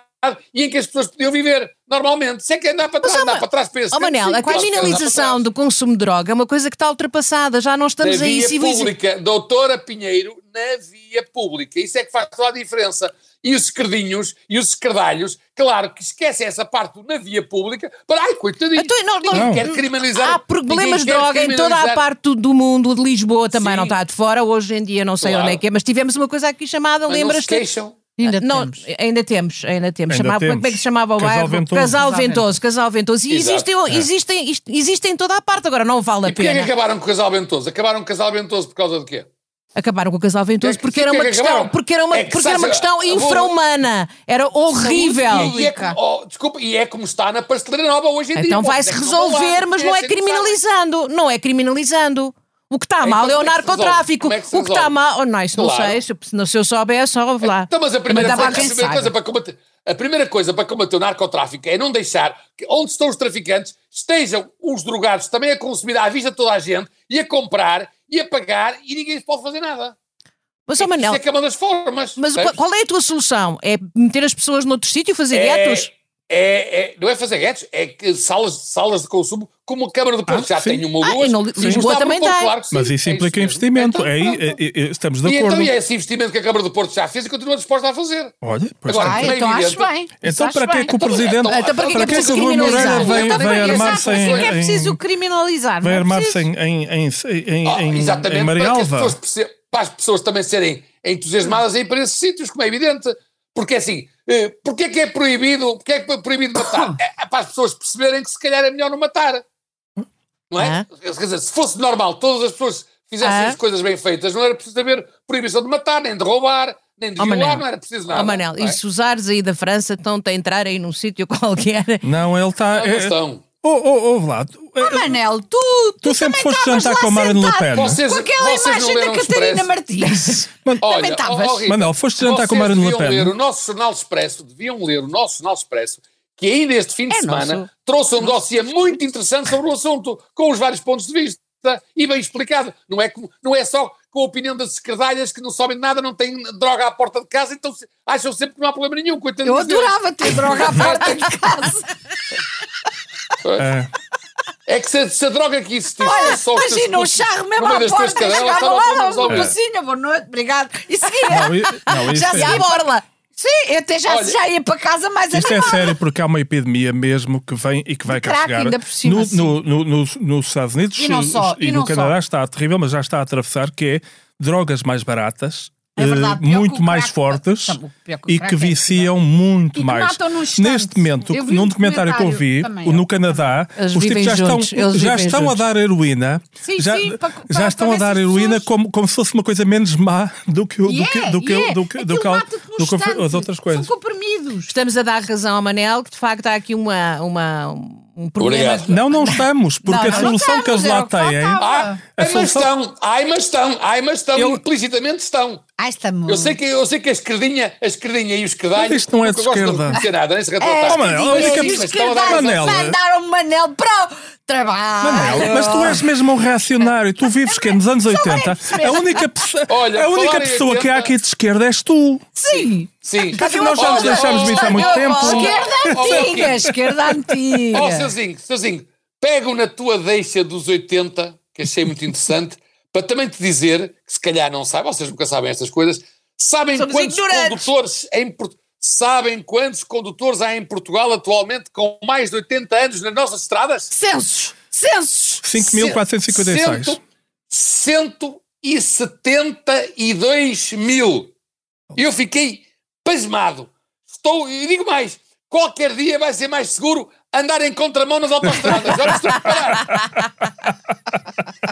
[SPEAKER 4] e em que as pessoas podiam viver normalmente. Se é que é andar para trás,
[SPEAKER 3] ó,
[SPEAKER 4] andar
[SPEAKER 3] Ma-
[SPEAKER 4] para trás para esse
[SPEAKER 3] Ó Oh, Manel, a criminalização do consumo de droga é uma coisa que está ultrapassada, já não
[SPEAKER 4] Na
[SPEAKER 3] estamos aí.
[SPEAKER 4] via
[SPEAKER 3] civiliz-
[SPEAKER 4] pública, doutora Pinheiro, na via pública. Isso é que faz toda a diferença. E os esquerdinhos e os esquerdalhos, claro que esquecem essa parte do na via pública. Para, ai, coitadinho,
[SPEAKER 3] Então, não- não-
[SPEAKER 4] ninguém quer criminalizar.
[SPEAKER 3] Há problemas
[SPEAKER 4] ninguém
[SPEAKER 3] de
[SPEAKER 4] quer
[SPEAKER 3] droga em toda a
[SPEAKER 4] criminalizar.
[SPEAKER 3] parte do- do mundo, de Lisboa também
[SPEAKER 4] Sim.
[SPEAKER 3] não está de fora, hoje em dia não sei
[SPEAKER 4] Claro.
[SPEAKER 3] onde é que é, mas tivemos uma coisa aqui chamada,
[SPEAKER 4] Mas não se
[SPEAKER 3] lembras-te?
[SPEAKER 4] queixam.
[SPEAKER 1] Ainda
[SPEAKER 3] não,
[SPEAKER 1] temos.
[SPEAKER 3] ainda temos, ainda temos.
[SPEAKER 2] Ainda
[SPEAKER 3] Chamava- Como é que
[SPEAKER 2] temos.
[SPEAKER 3] se chamava o
[SPEAKER 2] Casal
[SPEAKER 3] bairro?
[SPEAKER 2] Ventoso.
[SPEAKER 3] Casal
[SPEAKER 1] Casal
[SPEAKER 3] Ventoso, Casal Ventoso. E
[SPEAKER 4] Exato. É.
[SPEAKER 3] existem, existem, isto- existem em toda a parte, agora não vale a
[SPEAKER 4] E porquê é que
[SPEAKER 3] pena.
[SPEAKER 4] acabaram com o casal Ventoso? Acabaram com o casal Ventoso por causa de quê?
[SPEAKER 3] Acabaram com o Casal
[SPEAKER 4] É
[SPEAKER 3] Ventoso
[SPEAKER 4] que-
[SPEAKER 3] porque
[SPEAKER 4] sim,
[SPEAKER 3] era
[SPEAKER 4] que é
[SPEAKER 3] uma
[SPEAKER 4] que
[SPEAKER 3] questão,
[SPEAKER 4] acabaram.
[SPEAKER 3] porque era uma,
[SPEAKER 4] É que
[SPEAKER 3] porque era uma
[SPEAKER 4] sabe-
[SPEAKER 3] questão
[SPEAKER 4] eu vou-
[SPEAKER 3] infra-humana. Era horrível.
[SPEAKER 4] E é como- oh, desculpa, e é como está na pasteleira nova hoje em dia.
[SPEAKER 3] Então
[SPEAKER 4] Bom,
[SPEAKER 3] vai-se
[SPEAKER 4] é que vão lá,
[SPEAKER 3] resolver, mas não é
[SPEAKER 4] porque a gente
[SPEAKER 3] criminalizando. Não é criminalizando. O que está
[SPEAKER 4] Então,
[SPEAKER 3] mal é o
[SPEAKER 4] como é que se
[SPEAKER 3] narcotráfico.
[SPEAKER 4] resolve? Como é que se
[SPEAKER 3] O que está
[SPEAKER 4] resolve?
[SPEAKER 3] mal. Oh, não, isso não
[SPEAKER 4] Claro.
[SPEAKER 3] sei. Se eu- Se eu soubesse, só
[SPEAKER 4] sabe.
[SPEAKER 3] lá.
[SPEAKER 4] Então, mas a primeira,
[SPEAKER 3] Mandava a
[SPEAKER 4] coisa, a primeira
[SPEAKER 3] cansada.
[SPEAKER 4] coisa para combater. A primeira coisa para combater o narcotráfico é não deixar que onde estão os traficantes estejam os drogados também a consumir à vista de toda a gente e a comprar e a pagar e ninguém lhes pode fazer nada.
[SPEAKER 3] Mas, ó Então, Manel,
[SPEAKER 4] Isso é que é uma das formas.
[SPEAKER 3] mas
[SPEAKER 4] percebes?
[SPEAKER 3] qual, qual é a tua solução? É meter as pessoas noutro sítio e fazer
[SPEAKER 4] É-
[SPEAKER 3] guetos?
[SPEAKER 4] É, é- não é fazer guetos, é que salas, salas de consumo, como a Câmara do Porto
[SPEAKER 2] Ah,
[SPEAKER 4] já
[SPEAKER 2] sim.
[SPEAKER 4] tem uma ou
[SPEAKER 3] Ah,
[SPEAKER 4] duas.
[SPEAKER 3] e no Li-
[SPEAKER 4] e
[SPEAKER 3] Lisboa
[SPEAKER 4] está a
[SPEAKER 3] também
[SPEAKER 4] propor,
[SPEAKER 3] tem.
[SPEAKER 4] claro que sim,
[SPEAKER 2] Mas isso
[SPEAKER 4] é
[SPEAKER 2] implica
[SPEAKER 4] mesmo.
[SPEAKER 2] investimento.
[SPEAKER 4] Então,
[SPEAKER 2] Aí,
[SPEAKER 4] pronto.
[SPEAKER 2] eh, eh, eh, estamos de
[SPEAKER 4] E
[SPEAKER 2] acordo.
[SPEAKER 4] então e é esse investimento que a Câmara do Porto já fez e continua disposta a fazer.
[SPEAKER 2] Olha, pois
[SPEAKER 4] Agora,
[SPEAKER 2] está.
[SPEAKER 1] Ah,
[SPEAKER 4] como é
[SPEAKER 1] então acho
[SPEAKER 4] evidente-
[SPEAKER 1] bem. Isso
[SPEAKER 2] Então,
[SPEAKER 1] acho
[SPEAKER 2] para que é
[SPEAKER 1] bem.
[SPEAKER 2] que o presidente.
[SPEAKER 4] então para que é que
[SPEAKER 2] Para
[SPEAKER 4] é
[SPEAKER 2] que é que
[SPEAKER 4] preciso
[SPEAKER 2] o Rui Moreira
[SPEAKER 4] criminalizar?
[SPEAKER 2] vem
[SPEAKER 4] Então,
[SPEAKER 2] vem
[SPEAKER 4] para que é
[SPEAKER 2] armar-se
[SPEAKER 1] Exato,
[SPEAKER 2] em-
[SPEAKER 1] porque é preciso
[SPEAKER 2] em.
[SPEAKER 1] criminalizar. não
[SPEAKER 2] Vai
[SPEAKER 1] é
[SPEAKER 2] armar-se
[SPEAKER 1] preciso?
[SPEAKER 2] em, em, em, em,
[SPEAKER 4] Ah,
[SPEAKER 2] em,
[SPEAKER 4] exatamente,
[SPEAKER 2] em
[SPEAKER 4] para, que as
[SPEAKER 2] Marialva.
[SPEAKER 4] pessoas perce- para as pessoas também serem entusiasmadas a ir para esses sítios, como é evidente. Porque assim, eh, porque é que é proibido, porque é que é proibido matar? É, é para as pessoas perceberem que se calhar é melhor não matar. Não é?
[SPEAKER 3] Ah.
[SPEAKER 4] Quer dizer, se fosse normal, todas as pessoas fizessem
[SPEAKER 3] Ah.
[SPEAKER 4] as coisas bem feitas, não era preciso haver proibição de matar, nem de roubar, nem de
[SPEAKER 3] Ó,
[SPEAKER 4] violar,
[SPEAKER 3] Manel.
[SPEAKER 4] não era preciso nada.
[SPEAKER 3] Ó Oh, Manel,
[SPEAKER 4] não é?
[SPEAKER 3] e se usares aí da França, estão-te a entrar aí num sítio qualquer.
[SPEAKER 2] Não, ele está.
[SPEAKER 4] Não tá.
[SPEAKER 2] é-
[SPEAKER 4] estão.
[SPEAKER 2] Ô, ô, ô, Vlad. é,
[SPEAKER 1] Ah, Manel, tu, tu,
[SPEAKER 2] Tu sempre
[SPEAKER 1] também
[SPEAKER 2] foste
[SPEAKER 1] estavas
[SPEAKER 2] jantar
[SPEAKER 1] lá
[SPEAKER 2] com a Marine Le
[SPEAKER 1] sentado
[SPEAKER 2] Pen.
[SPEAKER 4] Vocês-
[SPEAKER 1] Com aquela
[SPEAKER 4] vocês não
[SPEAKER 1] imagem
[SPEAKER 4] leram
[SPEAKER 1] da
[SPEAKER 4] o
[SPEAKER 1] Catarina
[SPEAKER 4] Expresso?
[SPEAKER 1] Martins. Também estavas.
[SPEAKER 4] horrível.
[SPEAKER 2] Manel, foste jantar com o
[SPEAKER 4] Vocês
[SPEAKER 2] Marine Le
[SPEAKER 4] deviam
[SPEAKER 2] Pen.
[SPEAKER 4] ler o nosso Jornal Expresso, deviam ler o nosso Jornal Expresso, que ainda este fim de
[SPEAKER 3] É
[SPEAKER 4] semana
[SPEAKER 3] nosso.
[SPEAKER 4] trouxe um dossiê muito interessante sobre o assunto, com os vários pontos de vista e bem explicado. Não é, como- não é só com a opinião das esquerdalhas que não sabem de nada, não têm droga à porta de casa, então se- acham sempre que não há problema nenhum. coitadinhos
[SPEAKER 1] Eu
[SPEAKER 4] deles.
[SPEAKER 1] adorava ter droga à porta de casa.
[SPEAKER 2] É.
[SPEAKER 4] É que se, se a droga que existisse fosse só os teus
[SPEAKER 1] Imagina um
[SPEAKER 4] putos
[SPEAKER 1] charro mesmo
[SPEAKER 4] no meio
[SPEAKER 1] à
[SPEAKER 4] das tuas
[SPEAKER 1] porta.
[SPEAKER 4] cadelas,
[SPEAKER 1] Chegava
[SPEAKER 4] estava
[SPEAKER 1] lá,
[SPEAKER 4] tudo
[SPEAKER 1] dava uma
[SPEAKER 4] resolvido.
[SPEAKER 1] bolsinha, boa noite, obrigado. E seguia.
[SPEAKER 2] É. Não, i- não,
[SPEAKER 1] já
[SPEAKER 2] isto
[SPEAKER 1] se
[SPEAKER 2] é-
[SPEAKER 1] ia borla. Sim, eu até já,
[SPEAKER 4] Olha,
[SPEAKER 1] já ia para casa mais
[SPEAKER 2] Isto é
[SPEAKER 1] animada.
[SPEAKER 2] sério porque há uma epidemia mesmo que vem e que vai cá
[SPEAKER 1] crack,
[SPEAKER 2] chegar.
[SPEAKER 1] ainda por cima,
[SPEAKER 2] No-
[SPEAKER 1] sim.
[SPEAKER 2] no- no- nos- nos Estados Unidos eh,
[SPEAKER 1] E não só,
[SPEAKER 2] e
[SPEAKER 1] e
[SPEAKER 2] no
[SPEAKER 1] não
[SPEAKER 2] Canadá
[SPEAKER 1] só.
[SPEAKER 2] está terrível, mas já está a atravessar, que é drogas mais baratas,
[SPEAKER 1] É verdade,
[SPEAKER 2] eh,
[SPEAKER 1] pior que
[SPEAKER 2] muito
[SPEAKER 1] o
[SPEAKER 2] mais
[SPEAKER 1] crack.
[SPEAKER 2] fortes
[SPEAKER 1] Sabe, o pior que o
[SPEAKER 2] e
[SPEAKER 1] crack
[SPEAKER 2] que
[SPEAKER 1] é,
[SPEAKER 2] viciam muito
[SPEAKER 1] E que
[SPEAKER 2] mais.
[SPEAKER 1] matam num instante.
[SPEAKER 2] Neste momento,
[SPEAKER 1] Eu vi
[SPEAKER 2] num
[SPEAKER 1] um
[SPEAKER 2] documentário que eu vi,
[SPEAKER 1] também,
[SPEAKER 2] o-
[SPEAKER 1] eu-
[SPEAKER 2] no Canadá,
[SPEAKER 3] Eles
[SPEAKER 2] os tipos
[SPEAKER 3] vivem
[SPEAKER 2] já estão,
[SPEAKER 3] juntos, eles
[SPEAKER 2] já
[SPEAKER 3] vivem
[SPEAKER 2] estão a
[SPEAKER 3] juntos.
[SPEAKER 2] dar heroína,
[SPEAKER 1] Sim,
[SPEAKER 2] já,
[SPEAKER 1] sim, para- para-
[SPEAKER 2] já estão
[SPEAKER 1] para
[SPEAKER 2] a
[SPEAKER 1] ver
[SPEAKER 2] dar
[SPEAKER 1] se as
[SPEAKER 2] heroína
[SPEAKER 1] pessoas-
[SPEAKER 2] como, como se fosse uma coisa menos má do que o- do
[SPEAKER 1] E
[SPEAKER 2] que-
[SPEAKER 1] é,
[SPEAKER 2] do que-
[SPEAKER 1] e é.
[SPEAKER 2] do que- do
[SPEAKER 1] Aquilo
[SPEAKER 2] que-
[SPEAKER 1] mata-te num
[SPEAKER 2] do que as
[SPEAKER 1] instante.
[SPEAKER 2] outras coisas. é-
[SPEAKER 1] São comprimidos.
[SPEAKER 3] Estamos a dar razão ao Manel, que de facto há aqui uma, uma, um problema.
[SPEAKER 4] Obrigado.
[SPEAKER 2] Não, não estamos, porque
[SPEAKER 3] Não,
[SPEAKER 2] a
[SPEAKER 3] não
[SPEAKER 2] solução que eles lá
[SPEAKER 1] estamos, era o que
[SPEAKER 2] têm.
[SPEAKER 1] faltava.
[SPEAKER 4] Ah,
[SPEAKER 2] A
[SPEAKER 4] ai, mas
[SPEAKER 2] solução-
[SPEAKER 4] estão, ai, mas estão, ai, mas estão,
[SPEAKER 2] Eu-
[SPEAKER 4] implicitamente estão.
[SPEAKER 1] Ai, está Ah, é muito.
[SPEAKER 4] Eu sei que, eu sei que a esquerdinha, a esquerdinha e os esquerdalhos...
[SPEAKER 2] Mas isto não é de
[SPEAKER 4] nunca gostam
[SPEAKER 2] esquerda.
[SPEAKER 4] reconhecer nada, nem se retratar.
[SPEAKER 2] Oh, Manel, a única
[SPEAKER 4] Sim, mas
[SPEAKER 2] pessoa-
[SPEAKER 4] estão a dar-
[SPEAKER 2] Manel,
[SPEAKER 1] Mandaram o É, Manel para, trabalho.
[SPEAKER 2] Manel, mas tu és mesmo um reacionário. Tu vives que nos anos 80. A única, pessoa-
[SPEAKER 4] Olha,
[SPEAKER 2] a única
[SPEAKER 4] falar em
[SPEAKER 2] pessoa que há
[SPEAKER 4] 80,
[SPEAKER 2] aqui de esquerda és tu.
[SPEAKER 1] Sim.
[SPEAKER 4] Sim.
[SPEAKER 2] Quer dizer, nós já nos deixámos disso há muito tempo.
[SPEAKER 1] Esquerda antiga,
[SPEAKER 4] Olha.
[SPEAKER 1] esquerda antiga.
[SPEAKER 4] Ó, Seuzinho, Seuzinho, pego na tua deixa dos 80, que achei muito interessante, para também te dizer, que se calhar não sabe, vocês nunca sabem estas coisas, sabem
[SPEAKER 3] Somos
[SPEAKER 4] quantos
[SPEAKER 3] ignorantes.
[SPEAKER 4] condutores em Portugal. Sabem quantos condutores há em Portugal atualmente com mais de 80 anos nas nossas estradas?
[SPEAKER 1] Censos, censos.
[SPEAKER 2] 5.456.
[SPEAKER 4] Cento- 172 mil. Eu fiquei pasmado. Estou, e digo mais, qualquer dia vai ser mais seguro andar em contramão nas autostradas. Já me estou a preparar.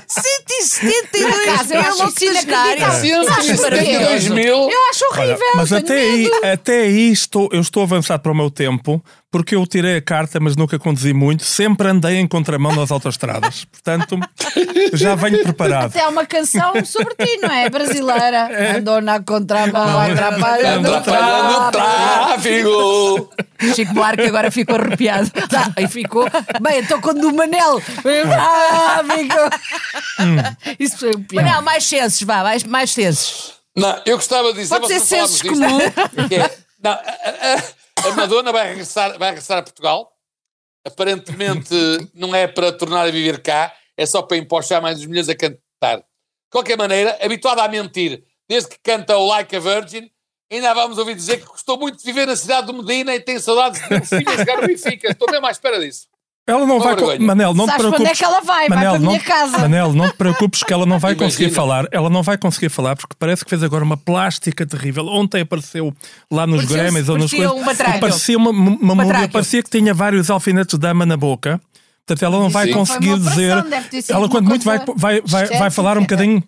[SPEAKER 3] 172
[SPEAKER 1] eu acho
[SPEAKER 3] mil
[SPEAKER 1] isso
[SPEAKER 3] octogenários.
[SPEAKER 1] inacreditável. Acho
[SPEAKER 4] 172
[SPEAKER 1] maravilhoso.
[SPEAKER 4] mil.
[SPEAKER 1] Eu acho horrível.
[SPEAKER 2] Mas
[SPEAKER 1] tenho
[SPEAKER 2] até aí,
[SPEAKER 1] medo.
[SPEAKER 2] até aí estou, eu estou avançado para o meu tempo, porque eu tirei a carta, mas nunca conduzi muito, sempre andei em contramão nas autoestradas. Portanto, já venho preparado.
[SPEAKER 1] Até há uma canção sobre ti, não é? Brasileira. Andou na contramão, atrapalhando
[SPEAKER 4] Ando
[SPEAKER 1] o
[SPEAKER 4] atrapalhando o
[SPEAKER 1] tráfego.
[SPEAKER 4] tráfego.
[SPEAKER 1] Chico Buarque agora ficou arrepiado. Tá, e ficou. Bem, estou com o do Manel. Ah, ficou.
[SPEAKER 2] Hum.
[SPEAKER 1] Isso foi um pior.
[SPEAKER 3] Não, mais censos, vá, mais, mais censos.
[SPEAKER 4] Não, eu gostava de dizer...
[SPEAKER 1] Pode ser
[SPEAKER 4] vocês não
[SPEAKER 1] senso
[SPEAKER 4] falaram disto, que é- não, a, a- a- a Madonna vai regressar, vai regressar a Portugal. Aparentemente não é para tornar a viver cá, é só para empostar mais os milhões a cantar. De qualquer maneira, habituada a mentir, desde que canta o Like a Virgin, ainda vamos ouvir dizer que gostou muito de viver na cidade de Medina e tem saudades de ver o filho a jogar no Benfica. Estou mesmo à espera disso.
[SPEAKER 2] Ela não
[SPEAKER 4] Com
[SPEAKER 2] vai. co-
[SPEAKER 4] vergonha.
[SPEAKER 2] Manel, não te
[SPEAKER 1] Sabes quando
[SPEAKER 2] preocupes.
[SPEAKER 1] é que ela vai? Vai
[SPEAKER 2] Manel,
[SPEAKER 1] para a
[SPEAKER 2] não,
[SPEAKER 1] minha casa.
[SPEAKER 2] Manel, não te preocupes que ela não vai
[SPEAKER 4] Imagina.
[SPEAKER 2] conseguir falar. Ela não vai conseguir falar porque parece que fez agora uma plástica terrível. Ontem apareceu lá nos
[SPEAKER 3] Parecia-
[SPEAKER 2] Grêmios ou nos
[SPEAKER 3] parecia um batráquio.
[SPEAKER 2] Parecia uma,
[SPEAKER 1] Um
[SPEAKER 2] uma múmia,
[SPEAKER 3] Batráquio.
[SPEAKER 2] parecia que tinha vários alfinetes de ama na boca. Portanto, ela não vai
[SPEAKER 4] Sim.
[SPEAKER 2] conseguir
[SPEAKER 1] Foi uma operação, deve ter
[SPEAKER 2] dizer.
[SPEAKER 1] sido
[SPEAKER 2] Ela, quando
[SPEAKER 1] uma
[SPEAKER 2] muito, vai,
[SPEAKER 1] coisa
[SPEAKER 2] vai, vai, vai falar um
[SPEAKER 1] estética.
[SPEAKER 2] bocadinho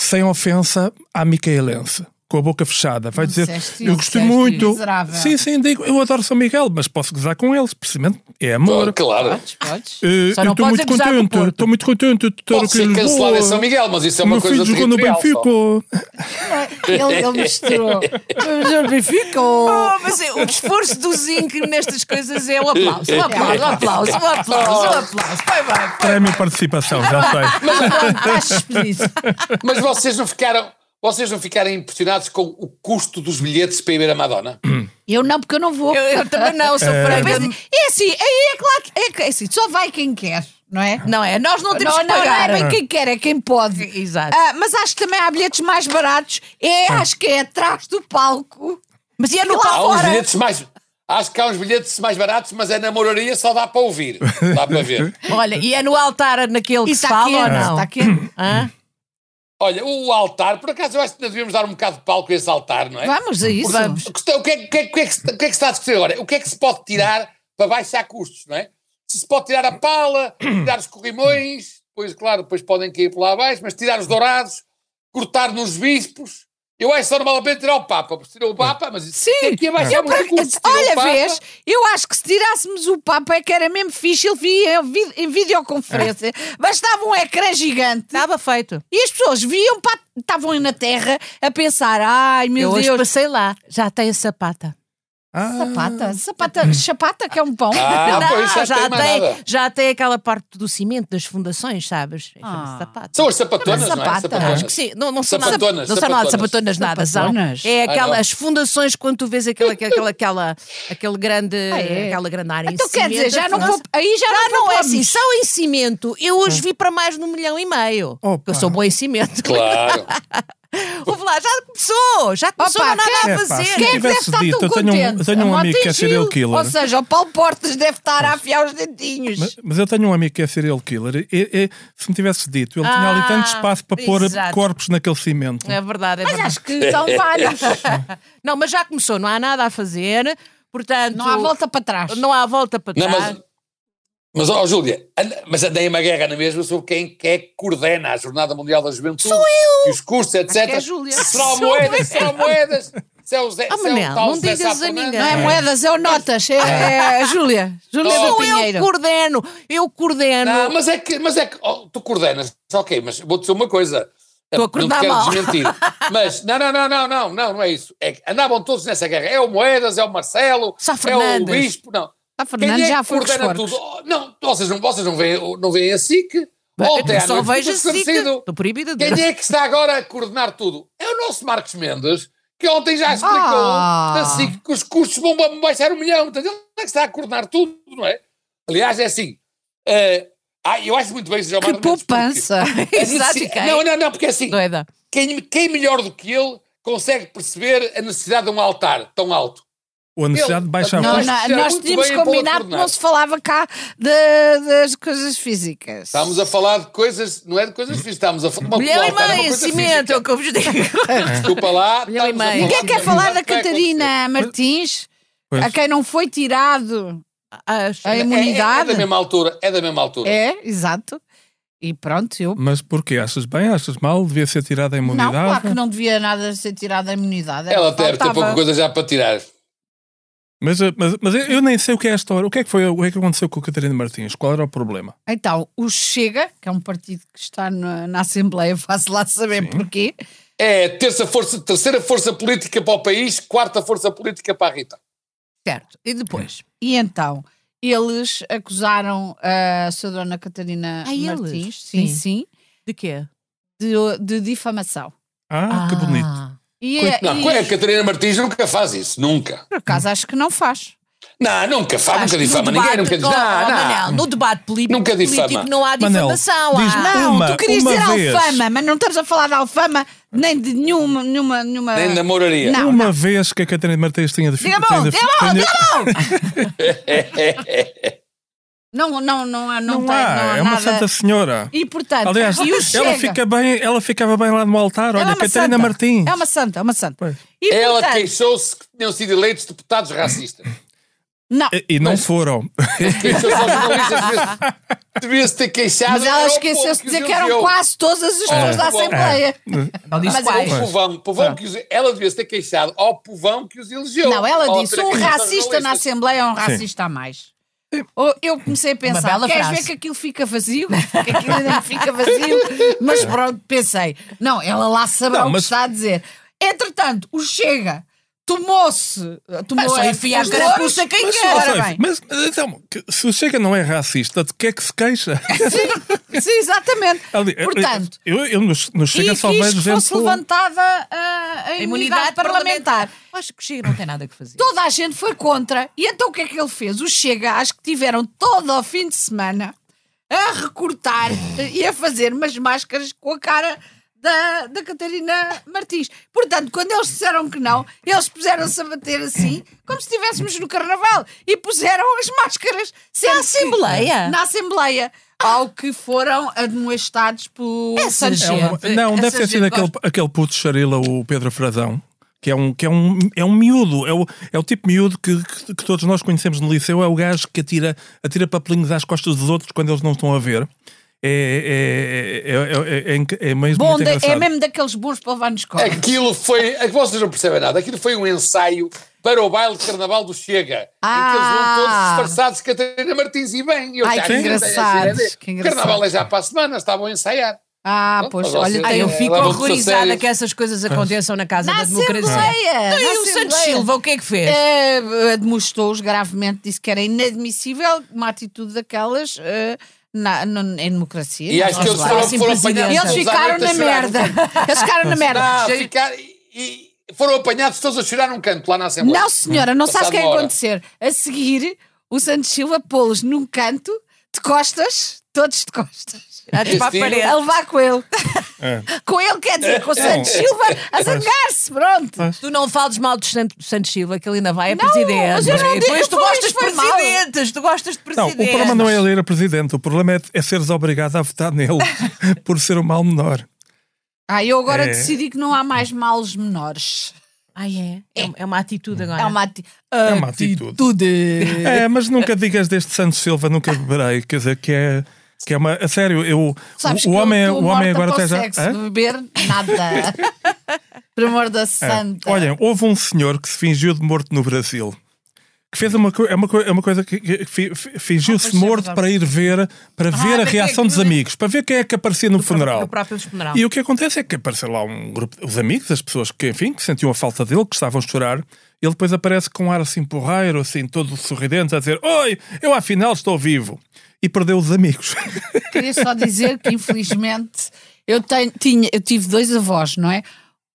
[SPEAKER 2] sem ofensa à Micaelense. Com a boca fechada, vai dizer:
[SPEAKER 1] disseste
[SPEAKER 2] Eu
[SPEAKER 1] isso,
[SPEAKER 2] gostei
[SPEAKER 1] disseste
[SPEAKER 2] muito.
[SPEAKER 1] miserável.
[SPEAKER 2] Sim, sim, digo, eu adoro São Miguel, mas posso gozar com eles, precisamente. É amor.
[SPEAKER 4] claro.
[SPEAKER 1] Podes?
[SPEAKER 2] Eh,
[SPEAKER 3] Só
[SPEAKER 2] eu
[SPEAKER 3] não
[SPEAKER 2] estou
[SPEAKER 3] podes
[SPEAKER 2] muito
[SPEAKER 3] acusar do
[SPEAKER 2] contente,
[SPEAKER 3] Porto.
[SPEAKER 2] estou muito contente de ter
[SPEAKER 4] Pode
[SPEAKER 2] aqui em
[SPEAKER 4] ser cancelado em São
[SPEAKER 2] Lisboa.
[SPEAKER 4] Miguel, mas isso é
[SPEAKER 2] é O
[SPEAKER 4] uma
[SPEAKER 2] meu filho
[SPEAKER 4] coisa
[SPEAKER 2] jogou no
[SPEAKER 4] territorial. só.
[SPEAKER 2] Benfica.
[SPEAKER 1] Ele, ele misturou. Ficou.
[SPEAKER 3] Oh, mas é- o esforço do Zinc nestas coisas é um aplauso, um aplauso, um aplauso, um aplauso, um aplauso. Vai, vai.
[SPEAKER 2] Prémio participação, já sei.
[SPEAKER 1] Estás despedido.
[SPEAKER 4] Mas vocês não ficaram, vocês não ficaram impressionados com o custo dos bilhetes para ir ver a Madonna?
[SPEAKER 1] Eu não, porque eu não vou.
[SPEAKER 3] Eu, eu também não, sou
[SPEAKER 2] Eh,
[SPEAKER 3] franca.
[SPEAKER 1] É assim, aí é claro que. É, que- é assim, só vai quem quer, não é?
[SPEAKER 3] Não é, nós não temos
[SPEAKER 1] Não,
[SPEAKER 3] que
[SPEAKER 1] não, não
[SPEAKER 3] pagar.
[SPEAKER 1] é bem quem quer, é quem pode.
[SPEAKER 3] Exato.
[SPEAKER 1] Ah, mas acho que também há bilhetes mais baratos. É, acho que é atrás do palco.
[SPEAKER 3] Mas e é no
[SPEAKER 1] Há
[SPEAKER 3] lá
[SPEAKER 4] Há uns
[SPEAKER 3] fora.
[SPEAKER 4] bilhetes mais. Acho que há uns bilhetes mais baratos, mas é na moraria só dá para ouvir. Dá para ver.
[SPEAKER 3] Olha, e é no altar naquele que
[SPEAKER 1] Isso
[SPEAKER 3] se
[SPEAKER 1] está
[SPEAKER 3] fala
[SPEAKER 1] tá quente,
[SPEAKER 3] ou não?
[SPEAKER 1] está quente.
[SPEAKER 3] Hã?
[SPEAKER 4] Olha, o altar, por acaso eu acho que ainda devíamos dar um bocado de palco a esse altar, não é?
[SPEAKER 1] Vamos a isso.
[SPEAKER 4] Porque O que, está- o que é, o que é- o que é que se- o que é que se está a discutir agora? O que é que se pode tirar para baixar custos, não é? Se se pode tirar a pala, tirar os corrimões, pois claro, depois podem cair por lá abaixo, mas tirar os dourados, cortar nos bispos. Eu acho que só não vale a pena tirar o Papa, porque se tirar o Papa, mas isso
[SPEAKER 1] Sim,
[SPEAKER 4] tem que abaixar
[SPEAKER 1] eu
[SPEAKER 4] muito
[SPEAKER 1] pra-
[SPEAKER 4] custo. Tirar o
[SPEAKER 1] olha,
[SPEAKER 4] Papa-
[SPEAKER 1] vês, eu acho que se tirássemos o Papa é que era mesmo fixe, ele via em vi- em videoconferência, bastava um ecrã gigante
[SPEAKER 3] Estava feito.
[SPEAKER 1] e as pessoas viam, para- estavam na terra a pensar, ai
[SPEAKER 3] eu
[SPEAKER 1] meu
[SPEAKER 3] hoje
[SPEAKER 1] Deus,
[SPEAKER 3] passei lá, já tem a sapata. Ah,
[SPEAKER 1] sapata, Ah. sapata, chapata que é um pão.
[SPEAKER 4] Ah, pois, já, tem mais nada.
[SPEAKER 3] já tem aquela parte do cimento das fundações, sabes?
[SPEAKER 1] Ah.
[SPEAKER 3] Ah. Sapata.
[SPEAKER 4] São as sapatonas, não é?
[SPEAKER 1] Sapata.
[SPEAKER 4] Sapatonas.
[SPEAKER 3] Acho que sim, não, não são nada,
[SPEAKER 4] Sapatonas,
[SPEAKER 3] não são nada
[SPEAKER 4] sapatonas.
[SPEAKER 3] sapatonas nada, são.
[SPEAKER 1] Sapatonas?
[SPEAKER 3] É aquela,
[SPEAKER 4] Ah, não.
[SPEAKER 3] as fundações quando tu vês aquela, aquela, aquela, aquele grande,
[SPEAKER 1] Ah, é?
[SPEAKER 3] aquela grande área. em
[SPEAKER 1] Então quer dizer,
[SPEAKER 3] cimento,
[SPEAKER 1] já
[SPEAKER 3] a
[SPEAKER 1] não vou,
[SPEAKER 3] fundação-
[SPEAKER 1] aí já,
[SPEAKER 3] Já não é
[SPEAKER 1] vamos.
[SPEAKER 3] assim, são em cimento. Eu hoje
[SPEAKER 1] Ah.
[SPEAKER 3] vi para mais de um milhão e meio.
[SPEAKER 2] Opa.
[SPEAKER 3] Eu sou bom em cimento.
[SPEAKER 4] Claro.
[SPEAKER 3] Vou lá, já começou, já começou,
[SPEAKER 1] Opa,
[SPEAKER 3] não há nada
[SPEAKER 1] quem-
[SPEAKER 3] a
[SPEAKER 2] É, pá, quem-
[SPEAKER 3] fazer.
[SPEAKER 1] Quem é que deve
[SPEAKER 2] tivesse
[SPEAKER 1] estar
[SPEAKER 2] dito,
[SPEAKER 1] tão
[SPEAKER 2] eu tenho um-
[SPEAKER 1] contente?
[SPEAKER 2] eu tenho um
[SPEAKER 1] A
[SPEAKER 2] amigo que é
[SPEAKER 1] Marta e
[SPEAKER 2] serial
[SPEAKER 1] Gil.
[SPEAKER 2] killer.
[SPEAKER 1] Ou seja, o Paulo Portas deve estar a afiar os dentinhos.
[SPEAKER 2] Mas, mas eu tenho um amigo que é serial killer e, e- se me tivesse dito, ele tinha ali
[SPEAKER 3] Ah,
[SPEAKER 2] tanto espaço para pôr
[SPEAKER 3] exato.
[SPEAKER 2] corpos naquele cimento.
[SPEAKER 3] É verdade, é
[SPEAKER 1] Mas
[SPEAKER 3] verdade.
[SPEAKER 1] acho que são vários.
[SPEAKER 3] Não, mas já começou, não há nada a fazer, portanto.
[SPEAKER 1] Não há volta para trás.
[SPEAKER 3] Não há volta para
[SPEAKER 4] Não,
[SPEAKER 3] trás.
[SPEAKER 4] mas, mas ó, Júlia, anda- mas andei uma guerra na mesma sobre quem é que coordena a Jornada Mundial da Juventude. Sou eu! E os cursos, etc.
[SPEAKER 3] que é a Júlia.
[SPEAKER 4] Se será o
[SPEAKER 3] Sou
[SPEAKER 4] moedas, se será o moedas. Se é o Zé,
[SPEAKER 3] Ah,
[SPEAKER 4] se é
[SPEAKER 3] Manel,
[SPEAKER 4] o tal
[SPEAKER 3] não
[SPEAKER 4] Zé
[SPEAKER 3] digas a
[SPEAKER 4] Safernando.
[SPEAKER 3] ninguém.
[SPEAKER 1] Não é moedas, é o notas. É, é a Júlia. Júlia
[SPEAKER 4] Não.
[SPEAKER 1] do
[SPEAKER 3] Sou eu que
[SPEAKER 1] Pinheiro.
[SPEAKER 3] coordeno, eu coordeno.
[SPEAKER 4] Não, mas é que, mas é que ó, tu coordenas, ok, mas vou-te dizer uma coisa.
[SPEAKER 3] Estou a
[SPEAKER 4] não
[SPEAKER 3] coordenar
[SPEAKER 4] te quero
[SPEAKER 3] mal.
[SPEAKER 4] desmentir. Mas, não, não, não, não, não, não, não é isso. É que andavam todos nessa guerra. É o Moedas, é o Marcelo,
[SPEAKER 3] Sá
[SPEAKER 4] é o
[SPEAKER 3] Fernandes.
[SPEAKER 4] Bispo, não.
[SPEAKER 1] A Fernando
[SPEAKER 4] Quem é
[SPEAKER 1] já
[SPEAKER 4] que
[SPEAKER 1] foi com os
[SPEAKER 4] coordena
[SPEAKER 1] porcos.
[SPEAKER 4] tudo? Oh, Não, vocês não, vocês não veem, não veem a SIC. Oh, Ontem
[SPEAKER 1] Eu
[SPEAKER 4] à
[SPEAKER 1] só
[SPEAKER 4] noite
[SPEAKER 1] vejo
[SPEAKER 4] tudo
[SPEAKER 1] assim que
[SPEAKER 4] esclarecido.
[SPEAKER 1] estou proibida de...
[SPEAKER 4] Quem é que está agora a coordenar tudo? É o nosso Marcos Mendes, que ontem já explicou
[SPEAKER 1] Ah.
[SPEAKER 4] assim que os custos vão ba- baixar um milhão. Portanto, ele é que está a coordenar tudo, não é? Aliás, é assim. eh, ah, eu acho muito bem o João
[SPEAKER 1] Que poupança! Exato, e quem?
[SPEAKER 4] É assim, Não, não, não, porque é assim,
[SPEAKER 1] Doida.
[SPEAKER 4] quem, quem melhor do que ele consegue perceber a necessidade de um altar tão alto?
[SPEAKER 2] Ou a necessidade de baixar
[SPEAKER 4] Não,
[SPEAKER 1] Não,
[SPEAKER 2] preços.
[SPEAKER 4] mas
[SPEAKER 1] não,
[SPEAKER 4] isso era
[SPEAKER 1] nós
[SPEAKER 4] muito
[SPEAKER 1] tínhamos
[SPEAKER 4] bem a boa
[SPEAKER 1] combinado que não
[SPEAKER 4] coordenada.
[SPEAKER 1] se falava cá de- das coisas físicas.
[SPEAKER 4] Estamos a falar de coisas, não é de coisas físicas, estamos a falar de
[SPEAKER 3] Milhão e
[SPEAKER 4] altar, é uma
[SPEAKER 3] meio,
[SPEAKER 4] coisa
[SPEAKER 3] cimento, é o
[SPEAKER 4] física.
[SPEAKER 3] que eu vos digo.
[SPEAKER 4] Desculpa lá.
[SPEAKER 3] Milhão e
[SPEAKER 4] estamos a
[SPEAKER 3] meio.
[SPEAKER 1] Ninguém
[SPEAKER 4] de
[SPEAKER 1] é quer
[SPEAKER 4] uma
[SPEAKER 1] falar
[SPEAKER 4] coisa
[SPEAKER 1] da
[SPEAKER 4] que vai acontecer.
[SPEAKER 1] Catarina Martins,
[SPEAKER 2] Pois.
[SPEAKER 1] a quem não foi tirado
[SPEAKER 3] Acho.
[SPEAKER 1] a
[SPEAKER 4] É- É,
[SPEAKER 1] imunidade.
[SPEAKER 4] é da mesma altura, é da mesma altura.
[SPEAKER 1] É, exato. E pronto, eu.
[SPEAKER 2] Mas porquê? Achas bem? Achas mal? Devia ser tirada a
[SPEAKER 1] Não,
[SPEAKER 2] imunidade?
[SPEAKER 1] claro que não devia nada ser tirado da imunidade. era
[SPEAKER 4] Ela
[SPEAKER 1] o que
[SPEAKER 4] deve ter
[SPEAKER 1] faltava.
[SPEAKER 4] pouca coisa já para tirar.
[SPEAKER 2] Mas, eh, mas, mas eu eu nem sei o que é a história. O que é que foi? O que é que aconteceu com a Catarina Martins? Qual era o problema?
[SPEAKER 1] Então, o Chega, que é um partido que está na, na Assembleia, faço lá saber porquê.
[SPEAKER 4] É a terça força, terceira força política para o país, quarta força política para a Rita.
[SPEAKER 1] Certo. E depois? E então, eles acusaram a sua dona Catarina
[SPEAKER 3] Ah, eles?
[SPEAKER 1] Martins, sim,
[SPEAKER 3] Sim.
[SPEAKER 1] sim,
[SPEAKER 3] De quê?
[SPEAKER 1] de, de difamação.
[SPEAKER 2] Ah, que bonito.
[SPEAKER 1] E, é,
[SPEAKER 4] Não, é
[SPEAKER 1] e-
[SPEAKER 2] é
[SPEAKER 4] a Catarina Martins nunca faz isso, nunca.
[SPEAKER 1] por acaso acho que não faz.
[SPEAKER 4] Não, nunca
[SPEAKER 3] Acho
[SPEAKER 4] faz, nunca
[SPEAKER 3] que no
[SPEAKER 4] difama ninguém,
[SPEAKER 3] debate-
[SPEAKER 4] nunca diz.
[SPEAKER 3] Oh,
[SPEAKER 4] Não, não.
[SPEAKER 3] Manel, no debate político,
[SPEAKER 4] Nunca difama.
[SPEAKER 3] político não há
[SPEAKER 2] Manel,
[SPEAKER 3] difamação.
[SPEAKER 2] diz-
[SPEAKER 3] há-
[SPEAKER 1] Não,
[SPEAKER 2] Uma-
[SPEAKER 1] tu querias
[SPEAKER 2] uma
[SPEAKER 1] dizer
[SPEAKER 2] vez.
[SPEAKER 1] alfama, mas não estamos a falar de alfama, nem de nenhuma. nenhuma, nenhuma...
[SPEAKER 4] Nem namoraria.
[SPEAKER 1] Não.
[SPEAKER 2] Uma vez que a Catarina Martins tinha
[SPEAKER 1] Diga
[SPEAKER 2] defendido.
[SPEAKER 1] bom, diga bom, diga bom!
[SPEAKER 4] É,
[SPEAKER 1] Não, não, não, não,
[SPEAKER 2] Não,
[SPEAKER 1] tem, não
[SPEAKER 2] há,
[SPEAKER 1] há
[SPEAKER 2] é
[SPEAKER 1] nada.
[SPEAKER 2] uma Santa Senhora.
[SPEAKER 1] E portanto,
[SPEAKER 2] Aliás,
[SPEAKER 1] e o Chega,
[SPEAKER 2] ela, fica bem, ela ficava bem lá no
[SPEAKER 1] ela
[SPEAKER 2] altar. Olha,
[SPEAKER 1] é uma
[SPEAKER 2] Catarina
[SPEAKER 1] santa.
[SPEAKER 2] Martins.
[SPEAKER 1] É uma santa, é uma santa.
[SPEAKER 2] Pois.
[SPEAKER 1] E
[SPEAKER 4] Ela
[SPEAKER 1] portanto,
[SPEAKER 4] queixou-se que tinham sido eleitos deputados racistas.
[SPEAKER 1] não,
[SPEAKER 2] E, e não foram.
[SPEAKER 4] Queixou-se aos jornalistas. devia-se- Devia-se ter queixado.
[SPEAKER 1] mas
[SPEAKER 2] é
[SPEAKER 1] ela
[SPEAKER 4] era o
[SPEAKER 1] esqueceu-se
[SPEAKER 4] povo
[SPEAKER 1] de dizer
[SPEAKER 4] os
[SPEAKER 1] que eram
[SPEAKER 4] enviou.
[SPEAKER 1] quase todas as pessoas da
[SPEAKER 4] É.
[SPEAKER 1] Assembleia.
[SPEAKER 2] É.
[SPEAKER 3] Não diz
[SPEAKER 1] Mas
[SPEAKER 3] quais.
[SPEAKER 4] O povão, povão que os, ela devia-se ter queixado ao povão que os elegeu.
[SPEAKER 1] Não, ela
[SPEAKER 4] Ao
[SPEAKER 1] disse:
[SPEAKER 4] ter
[SPEAKER 1] um
[SPEAKER 4] queixado aos
[SPEAKER 1] racista na
[SPEAKER 4] jornalistas.
[SPEAKER 2] assim."
[SPEAKER 1] Assembleia é um racista a mais. Ou Eu comecei a pensar,
[SPEAKER 3] bela
[SPEAKER 1] queres
[SPEAKER 3] frase.
[SPEAKER 1] ver que aquilo fica vazio? Que aquilo ainda não fica vazio, mas pronto, pensei, não, ela lá saberá
[SPEAKER 2] Não,
[SPEAKER 1] o
[SPEAKER 2] mas-
[SPEAKER 1] que está a dizer. Entretanto, o Chega tomou-se, tomou
[SPEAKER 3] só
[SPEAKER 1] a-
[SPEAKER 3] enfia a
[SPEAKER 1] os
[SPEAKER 3] carapuça
[SPEAKER 1] louros,
[SPEAKER 3] quem
[SPEAKER 1] mas
[SPEAKER 3] quer.
[SPEAKER 1] ora
[SPEAKER 2] Mas,
[SPEAKER 1] bem.
[SPEAKER 2] mas então, que- se o Chega não é racista, de que é que se queixa?
[SPEAKER 1] Sim, exatamente.
[SPEAKER 2] Ali, eu-
[SPEAKER 1] Portanto,
[SPEAKER 2] eu, eu nos, nos Chega
[SPEAKER 1] e
[SPEAKER 2] só
[SPEAKER 1] quis
[SPEAKER 2] vejo
[SPEAKER 1] que
[SPEAKER 2] gente.
[SPEAKER 1] fosse levantada a, a
[SPEAKER 3] A
[SPEAKER 1] imunidade parlamentar.
[SPEAKER 3] Acho que o Chega não tem nada que fazer.
[SPEAKER 1] Toda a gente foi contra. E então o que é que ele fez? O Chega, acho que tiveram todo o fim de semana a recortar e a fazer umas máscaras com a cara da, da Catarina Martins. Portanto, quando eles disseram que não, eles puseram-se a bater assim, como se estivéssemos no Carnaval, e puseram as máscaras. Na
[SPEAKER 3] Assembleia?
[SPEAKER 1] Na Assembleia. Ao que foram admoestados por
[SPEAKER 3] Essa
[SPEAKER 1] Sanchez.
[SPEAKER 2] É uma-
[SPEAKER 3] gente.
[SPEAKER 2] não, deve
[SPEAKER 1] Essa
[SPEAKER 2] ter sido
[SPEAKER 1] gente
[SPEAKER 2] aquele, aquele puto charila, o Pedro Frazão. Que é um, que é um, é um miúdo, é o, é o tipo miúdo que, que, que todos nós conhecemos no liceu, é o gajo que atira, atira papelinhos às costas dos outros quando eles não estão a ver. É, é, é, é, é, é, é mesmo
[SPEAKER 1] Bom,
[SPEAKER 2] muito
[SPEAKER 1] da- é
[SPEAKER 2] engraçado.
[SPEAKER 1] mesmo daqueles bons para levar nos corpos.
[SPEAKER 4] Aquilo foi. é que Vocês não percebem nada. Aquilo foi um ensaio para o baile de carnaval do Chega. Em que eles
[SPEAKER 1] Ah.
[SPEAKER 4] vão todos disfarçados de Catarina Martins e bem. e eu
[SPEAKER 1] Ai,
[SPEAKER 4] já
[SPEAKER 1] que
[SPEAKER 4] achei-
[SPEAKER 1] engraçados,
[SPEAKER 4] achei- achei-
[SPEAKER 1] que engraçados.
[SPEAKER 4] carnaval é já para a semana, estavam a ensaiar.
[SPEAKER 1] Ah, pois,
[SPEAKER 4] mas você-
[SPEAKER 1] olha,
[SPEAKER 4] Ah,
[SPEAKER 3] Ai,
[SPEAKER 1] tem
[SPEAKER 3] eu
[SPEAKER 4] É,
[SPEAKER 3] fico
[SPEAKER 4] leva-se a
[SPEAKER 3] horrorizada
[SPEAKER 4] sério.
[SPEAKER 3] que essas coisas aconteçam na Casa
[SPEAKER 1] Na
[SPEAKER 3] da Democracia.
[SPEAKER 1] Assembleia!
[SPEAKER 3] Então,
[SPEAKER 1] na
[SPEAKER 3] e o Santos
[SPEAKER 1] Assembleia.
[SPEAKER 3] Silva, o que é que fez?
[SPEAKER 1] Eh, Admoestou-os gravemente, disse que era inadmissível uma atitude daquelas eh, na, no- em democracia.
[SPEAKER 4] E
[SPEAKER 1] não
[SPEAKER 4] acho que eles
[SPEAKER 1] sei lá.
[SPEAKER 4] foram,
[SPEAKER 3] assim,
[SPEAKER 4] foram
[SPEAKER 3] presidente.
[SPEAKER 4] apanhados.
[SPEAKER 1] E eles
[SPEAKER 4] todos à
[SPEAKER 1] ficaram
[SPEAKER 4] noite a
[SPEAKER 1] na
[SPEAKER 4] chorar
[SPEAKER 1] merda.
[SPEAKER 4] num canto.
[SPEAKER 1] Eles ficaram na merda.
[SPEAKER 4] Ah, ficar- e e foram apanhados todos a chorar num canto lá na Assembleia.
[SPEAKER 1] Não, senhora, não sabes o que é
[SPEAKER 4] Passado uma hora.
[SPEAKER 1] acontecer. A seguir, o Santos Silva pô-los num canto, de costas, todos de costas.
[SPEAKER 3] Ah, tipo, à
[SPEAKER 4] Sim.
[SPEAKER 3] parede.
[SPEAKER 1] A levar com ele.
[SPEAKER 2] É.
[SPEAKER 1] Com ele, quer dizer, com o Santos Silva a zangar-se, pronto.
[SPEAKER 3] Tu não fales mal do Sant- Santos Silva, que ele ainda vai a
[SPEAKER 1] Não, mas
[SPEAKER 3] presidente.
[SPEAKER 1] eu não
[SPEAKER 3] E depois
[SPEAKER 1] digo,
[SPEAKER 3] tu
[SPEAKER 1] foi-
[SPEAKER 3] gostas de
[SPEAKER 1] foi mal.
[SPEAKER 3] presidentes, tu gostas de
[SPEAKER 2] Não,
[SPEAKER 3] presidentes.
[SPEAKER 2] o problema não é ele ir a presidente, o problema é, é seres obrigado a votar nele por ser o mal menor.
[SPEAKER 1] Ah, eu agora
[SPEAKER 2] É.
[SPEAKER 1] decidi que não há mais males menores.
[SPEAKER 3] Ai, é. É uma atitude agora.
[SPEAKER 1] É uma, ati
[SPEAKER 2] É uma atitude.
[SPEAKER 1] atitude.
[SPEAKER 2] É, mas nunca digas deste Santos Silva, nunca beberei. Quer dizer, que é, que é uma. A sério, eu.
[SPEAKER 1] Sabes
[SPEAKER 2] o, o
[SPEAKER 1] que
[SPEAKER 2] homem, é,
[SPEAKER 1] eu
[SPEAKER 2] o
[SPEAKER 1] estou
[SPEAKER 2] homem
[SPEAKER 1] morta
[SPEAKER 2] agora
[SPEAKER 1] para
[SPEAKER 2] até
[SPEAKER 1] o
[SPEAKER 2] já.
[SPEAKER 1] sexo, é?
[SPEAKER 2] Hã? É.
[SPEAKER 1] beber nada. Por amor da santa.
[SPEAKER 2] Olhem, houve um senhor que se fingiu de morto no Brasil. que fez uma, co- é uma, co- é uma coisa que, que fi- fi- fingiu-se morto para ir ver, para ver a
[SPEAKER 3] para que-
[SPEAKER 2] reação dos amigos, para ver quem é que aparecia no funeral.
[SPEAKER 3] No próprio funeral.
[SPEAKER 2] E o que acontece é que apareceu lá um grupo, os amigos, as pessoas que, enfim, que sentiam a falta dele, que estavam a chorar, ele depois aparece com um ar assim porreiro, assim, todo sorridente, a dizer: Oi, eu afinal estou vivo. E perdeu os amigos.
[SPEAKER 1] Queria só dizer que, infelizmente, eu, tenho, tinha, eu tive dois avós, não é?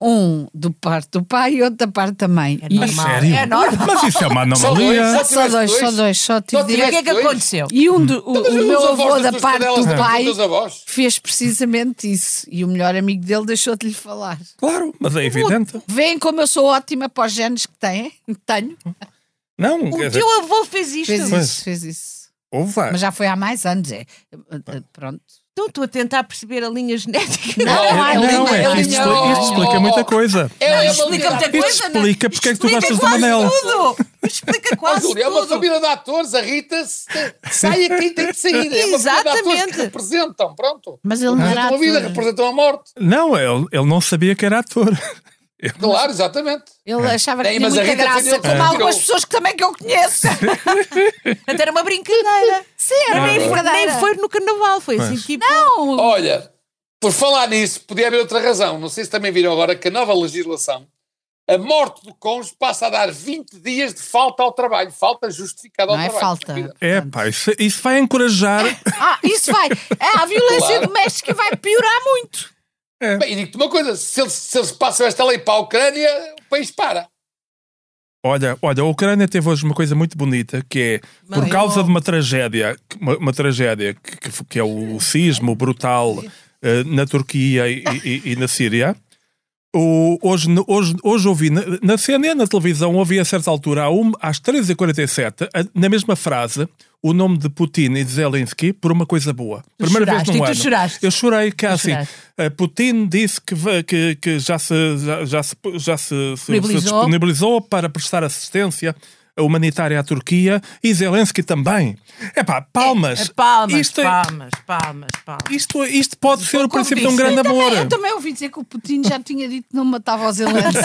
[SPEAKER 1] Um do parte do pai e outro da parte da mãe. E-
[SPEAKER 3] normal.
[SPEAKER 2] Sério?
[SPEAKER 3] É normal.
[SPEAKER 2] Mas isso é uma
[SPEAKER 4] Só dois,
[SPEAKER 2] anomalia.
[SPEAKER 4] se
[SPEAKER 1] Só
[SPEAKER 4] tivesse
[SPEAKER 1] dois, só dois, só tive.
[SPEAKER 4] Só
[SPEAKER 1] de-
[SPEAKER 3] E o que é que
[SPEAKER 4] Dois.
[SPEAKER 3] aconteceu?
[SPEAKER 1] E um do, o,
[SPEAKER 4] Mas
[SPEAKER 1] o
[SPEAKER 4] os
[SPEAKER 1] meu
[SPEAKER 4] avós
[SPEAKER 1] avó
[SPEAKER 4] das
[SPEAKER 1] da
[SPEAKER 4] tuas é?
[SPEAKER 1] parte
[SPEAKER 4] canelas
[SPEAKER 1] do
[SPEAKER 4] são todos
[SPEAKER 1] pai
[SPEAKER 4] teus avós.
[SPEAKER 1] fez precisamente isso. E o melhor amigo dele deixou de lhe falar.
[SPEAKER 2] Claro, mas é evidente.
[SPEAKER 1] Veem como eu sou ótima para os genes que têm. Tenho.
[SPEAKER 2] Não, quer
[SPEAKER 3] O
[SPEAKER 2] dizer,
[SPEAKER 3] teu avô fez isto.
[SPEAKER 1] Fez
[SPEAKER 2] é Pois.
[SPEAKER 1] isso, fez isso.
[SPEAKER 2] ouve lá.
[SPEAKER 1] Mas já foi há mais anos, é. Pronto.
[SPEAKER 3] Então estou a tentar perceber a linha genética.
[SPEAKER 1] Não,
[SPEAKER 2] É-
[SPEAKER 1] é
[SPEAKER 2] Não, é
[SPEAKER 1] linha,
[SPEAKER 2] que isto
[SPEAKER 1] linha.
[SPEAKER 2] explica- isto explica muita coisa.
[SPEAKER 4] É,
[SPEAKER 1] um
[SPEAKER 4] é uma
[SPEAKER 3] explica
[SPEAKER 4] família
[SPEAKER 3] muita
[SPEAKER 4] de
[SPEAKER 3] coisa.
[SPEAKER 4] atores.
[SPEAKER 2] Isto
[SPEAKER 3] não é?
[SPEAKER 2] explica porque é que tu
[SPEAKER 3] Explica
[SPEAKER 2] gostas do
[SPEAKER 3] quase
[SPEAKER 2] Manel.
[SPEAKER 3] tudo. Explica
[SPEAKER 4] Ó,
[SPEAKER 3] quase
[SPEAKER 4] Júlio, é uma
[SPEAKER 3] tudo.
[SPEAKER 4] família de atores, a Rita se- sai a quem tem que sair. É uma família de atores
[SPEAKER 3] Exatamente.
[SPEAKER 4] que representam, pronto.
[SPEAKER 1] Mas ele não
[SPEAKER 2] Ah.
[SPEAKER 1] era
[SPEAKER 4] Representam a vida,
[SPEAKER 1] ator.
[SPEAKER 4] representam a morte.
[SPEAKER 2] Não, ele, ele não sabia que era ator.
[SPEAKER 4] Claro, exatamente.
[SPEAKER 1] Ele achava que
[SPEAKER 4] Bem,
[SPEAKER 1] tinha
[SPEAKER 4] mas é a
[SPEAKER 1] muita
[SPEAKER 4] Rita
[SPEAKER 1] graça,
[SPEAKER 4] Daniel
[SPEAKER 1] como
[SPEAKER 4] tirou-
[SPEAKER 1] algumas pessoas que também que eu conheço.
[SPEAKER 3] Até era uma brincadeira.
[SPEAKER 1] Sim, era
[SPEAKER 3] nem, foi,
[SPEAKER 1] brincadeira.
[SPEAKER 3] nem foi no carnaval, foi assim tipo.
[SPEAKER 1] Não,
[SPEAKER 4] Olha, por falar nisso, podia haver outra razão. Não sei se também viram agora que a nova legislação, a morte do cônjuge passa a dar 20 dias de falta ao trabalho. Falta justificada ao
[SPEAKER 1] não é
[SPEAKER 4] trabalho.
[SPEAKER 1] falta.
[SPEAKER 2] É,
[SPEAKER 1] Portanto.
[SPEAKER 2] pá, isso, isso vai encorajar.
[SPEAKER 1] Ah, isso vai. É, a violência
[SPEAKER 4] Claro.
[SPEAKER 1] doméstica vai piorar muito.
[SPEAKER 4] Bem, e digo-te uma coisa, se eles, se eles passam esta lei para a Ucrânia, o país para.
[SPEAKER 2] Olha, olha, a Ucrânia teve hoje uma coisa muito bonita que é por
[SPEAKER 3] Não.
[SPEAKER 2] causa de uma tragédia, que- uma, uma tragédia que, que f- que é o sismo brutal eh, na Turquia e, e- e- e na Síria. O- hoje, no- hoje, hoje ouvi na, na CNN, na televisão, ouvi a certa altura, à uma- às 13h47, a- na mesma frase, o nome de Putin e de Zelensky por uma coisa boa. Primeira
[SPEAKER 3] choraste,
[SPEAKER 2] vez
[SPEAKER 3] e
[SPEAKER 2] num
[SPEAKER 3] tu
[SPEAKER 2] ano.
[SPEAKER 3] choraste.
[SPEAKER 2] Eu chorei que é assim.
[SPEAKER 3] choraste.
[SPEAKER 2] eh, Putin disse que, va- que, que já se, já, já se, já se- se- se
[SPEAKER 3] Disponibilizou.
[SPEAKER 2] disponibilizou disponibilizou para prestar assistência humanitária à Turquia e Zelensky também. Epá, palmas.
[SPEAKER 3] É, palmas,
[SPEAKER 2] isto, é-
[SPEAKER 3] palmas, palmas, palmas.
[SPEAKER 2] Isto, é- isto pode ser o
[SPEAKER 3] como
[SPEAKER 2] princípio de um
[SPEAKER 3] disse.
[SPEAKER 2] grande amor.
[SPEAKER 1] Eu também ouvi dizer que o Putin já tinha dito que não matava o Zelensky.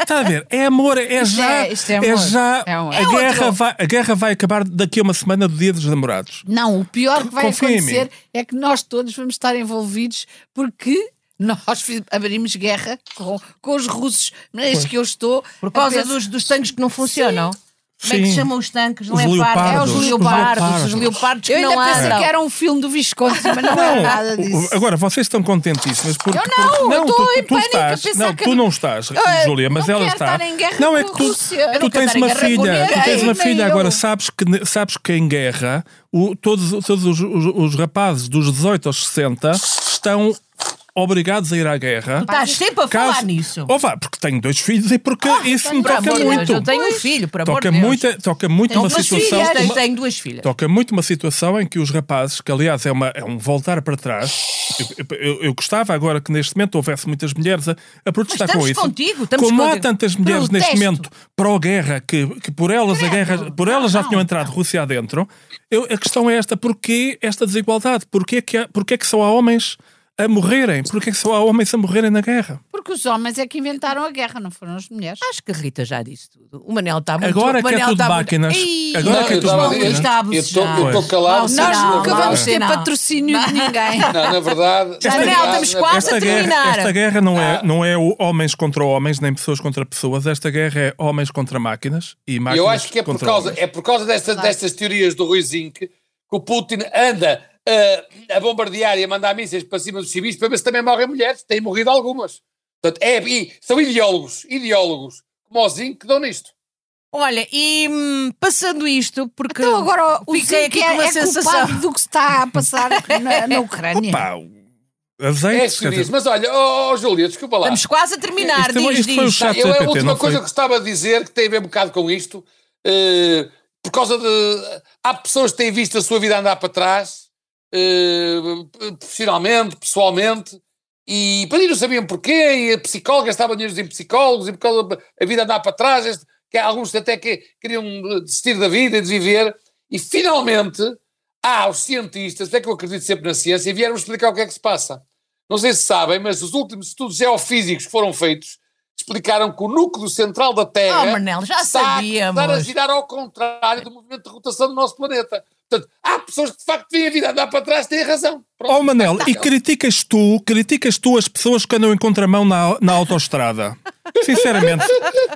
[SPEAKER 2] Está a ver? É amor, é
[SPEAKER 1] Isto
[SPEAKER 2] já.
[SPEAKER 1] é- isto é amor.
[SPEAKER 2] já.
[SPEAKER 1] É um-
[SPEAKER 2] a,
[SPEAKER 1] é outro.
[SPEAKER 2] guerra vai, a guerra vai acabar daqui a uma semana do Dia dos Namorados.
[SPEAKER 1] Não, o pior que vai
[SPEAKER 2] Confia em mim.
[SPEAKER 1] acontecer é que nós todos vamos estar envolvidos porque nós fi- abrimos guerra com, com os russos. Mas é que eu estou.
[SPEAKER 3] Por causa
[SPEAKER 1] a pensar-
[SPEAKER 3] dos, dos tanques que não funcionam. Como é que
[SPEAKER 2] Sim.
[SPEAKER 3] se chamam os tanques? Não
[SPEAKER 2] Os
[SPEAKER 3] é
[SPEAKER 2] leopardos.
[SPEAKER 3] É os
[SPEAKER 1] Os
[SPEAKER 3] leopardos,
[SPEAKER 2] leopardos.
[SPEAKER 3] os leopardos
[SPEAKER 1] Eu
[SPEAKER 3] que
[SPEAKER 1] ainda
[SPEAKER 3] não
[SPEAKER 1] pensei
[SPEAKER 3] andam.
[SPEAKER 1] que era um filme do Visconti, mas não é nada
[SPEAKER 2] o-
[SPEAKER 1] disso.
[SPEAKER 2] agora, vocês estão contentíssimos porque.
[SPEAKER 1] Eu não,
[SPEAKER 2] porque-
[SPEAKER 1] eu estou em pânico a
[SPEAKER 2] estás.
[SPEAKER 1] pensar
[SPEAKER 2] Não,
[SPEAKER 1] que-
[SPEAKER 2] tu não estás,
[SPEAKER 1] Ah,
[SPEAKER 2] Júlia, mas
[SPEAKER 1] não
[SPEAKER 2] ela
[SPEAKER 1] quero
[SPEAKER 2] está.
[SPEAKER 1] estar em guerra
[SPEAKER 2] não, é
[SPEAKER 1] com
[SPEAKER 2] que
[SPEAKER 1] a
[SPEAKER 2] tu,
[SPEAKER 1] Rússia. Eu não quero
[SPEAKER 2] tu tens
[SPEAKER 1] estar em
[SPEAKER 2] uma
[SPEAKER 1] guerra com
[SPEAKER 2] filha, tu
[SPEAKER 1] ninguém,
[SPEAKER 2] tens uma
[SPEAKER 1] nem
[SPEAKER 2] filha.
[SPEAKER 1] eu.
[SPEAKER 2] Agora, sabes que, ne- sabes que em guerra o- todos, todos os, os- os rapazes dos 18 aos 60 estão obrigados a ir à guerra.
[SPEAKER 3] Estás sempre a falar
[SPEAKER 2] Caso-
[SPEAKER 3] nisso.
[SPEAKER 2] Ou vá, porque tenho dois filhos e porque
[SPEAKER 1] Ah,
[SPEAKER 2] isso me
[SPEAKER 3] Por
[SPEAKER 2] toca
[SPEAKER 3] amor de Deus,
[SPEAKER 2] muito.
[SPEAKER 3] eu tenho um filho, por amor
[SPEAKER 2] Toca
[SPEAKER 3] de Deus.
[SPEAKER 2] muito, toca muito
[SPEAKER 3] Tenho
[SPEAKER 2] uma
[SPEAKER 3] duas
[SPEAKER 2] situação.
[SPEAKER 3] filhas, tenho,
[SPEAKER 2] uma-
[SPEAKER 3] tenho duas filhas.
[SPEAKER 2] Toca muito uma situação em que os rapazes, que aliás é, uma, é um voltar para trás, eu, eu- eu gostava agora que neste momento houvesse muitas mulheres a, a protestar
[SPEAKER 3] Mas estamos
[SPEAKER 2] com isso.
[SPEAKER 3] contigo, estamos
[SPEAKER 2] Como há
[SPEAKER 3] contigo.
[SPEAKER 2] tantas mulheres neste
[SPEAKER 3] Protesto.
[SPEAKER 2] momento pró-guerra que, que por elas a guerra, por elas já tinham entrado Rússia adentro, eu- a questão é esta: porquê esta desigualdade? Porquê que, há- porquê que só há homens a morrerem? Porquê que só há homens a morrerem na guerra?
[SPEAKER 1] Porque os homens é que inventaram a guerra, não foram as mulheres.
[SPEAKER 3] Acho que a Rita já disse tudo. O Manel está muito...
[SPEAKER 2] Agora
[SPEAKER 3] o
[SPEAKER 2] que é
[SPEAKER 3] Manel
[SPEAKER 2] tudo
[SPEAKER 3] está
[SPEAKER 2] máquinas.
[SPEAKER 3] Muito... Ih,
[SPEAKER 2] Agora
[SPEAKER 4] Não,
[SPEAKER 2] que é
[SPEAKER 4] eu
[SPEAKER 2] tudo
[SPEAKER 4] tava a
[SPEAKER 2] máquinas.
[SPEAKER 4] dizer,
[SPEAKER 3] Está a
[SPEAKER 4] eu
[SPEAKER 3] bucejar.
[SPEAKER 4] estou- eu estou
[SPEAKER 2] Pois.
[SPEAKER 4] calado.
[SPEAKER 3] Não,
[SPEAKER 1] Nós
[SPEAKER 3] não,
[SPEAKER 1] nunca
[SPEAKER 3] não,
[SPEAKER 1] vamos ter
[SPEAKER 3] não.
[SPEAKER 1] patrocínio de ninguém.
[SPEAKER 4] Não, na verdade. na
[SPEAKER 3] Manel,
[SPEAKER 4] verdade,
[SPEAKER 3] estamos quase
[SPEAKER 4] na verdade-
[SPEAKER 2] Esta
[SPEAKER 3] a
[SPEAKER 2] guerra,
[SPEAKER 3] terminar.
[SPEAKER 2] esta guerra não é, não é o homens contra homens, nem pessoas contra pessoas. Esta guerra é homens contra máquinas e máquinas
[SPEAKER 4] Eu acho que é por
[SPEAKER 2] contra
[SPEAKER 4] causa,
[SPEAKER 2] homens.
[SPEAKER 4] é por causa desta- destas teorias do Rui Zinck que o Putin anda eh, a bombardear e a mandar mísseis para cima dos civis para ver se também morrem mulheres. Têm morrido algumas. Portanto, é, e são ideólogos, ideólogos, como o Zinck, que dão nisto.
[SPEAKER 3] Olha, e hum, passando isto, porque...
[SPEAKER 1] Então agora o
[SPEAKER 3] Fiquei
[SPEAKER 1] Zico
[SPEAKER 3] aqui
[SPEAKER 1] é,
[SPEAKER 3] com uma
[SPEAKER 1] é
[SPEAKER 3] sensação.
[SPEAKER 1] culpado do que se está a passar na, na Ucrânia.
[SPEAKER 2] Opa,
[SPEAKER 4] É
[SPEAKER 2] azeites,
[SPEAKER 4] as
[SPEAKER 2] quer dizer,
[SPEAKER 4] teorias. Mas olha, oh, oh, Júlia, desculpa lá.
[SPEAKER 3] Estamos quase a terminar,
[SPEAKER 2] Isto-
[SPEAKER 3] diz,
[SPEAKER 2] isto foi o
[SPEAKER 3] diz.
[SPEAKER 2] chat
[SPEAKER 4] tá, Eu é a
[SPEAKER 2] GPT,
[SPEAKER 4] última
[SPEAKER 2] não foi?
[SPEAKER 4] coisa que gostava de dizer, que tem a ver um bocado com isto, eh, por causa de. Há pessoas que têm visto a sua vida andar para trás, eh, profissionalmente, pessoalmente, e para mim não sabiam porquê, e a psicóloga estava dinheiro em psicólogos, e por causa da- a vida andar para trás, este- que alguns até que queriam eh, desistir da vida e de viver, e finalmente há os cientistas, é que eu acredito sempre na ciência, e vieram explicar o que é que se passa. Não sei se sabem, mas os últimos estudos geofísicos que foram feitos explicaram que o núcleo central da Terra
[SPEAKER 3] Oh, Manel, já
[SPEAKER 4] está a
[SPEAKER 3] sabíamos.
[SPEAKER 4] começar a girar ao contrário do movimento de rotação do nosso planeta. Portanto, há pessoas que de facto veem a vida andar para trás, têm razão. Pronto.
[SPEAKER 2] Oh Manel, e criticas tu, criticas tu as pessoas que andam em contramão na, na autoestrada? Sinceramente,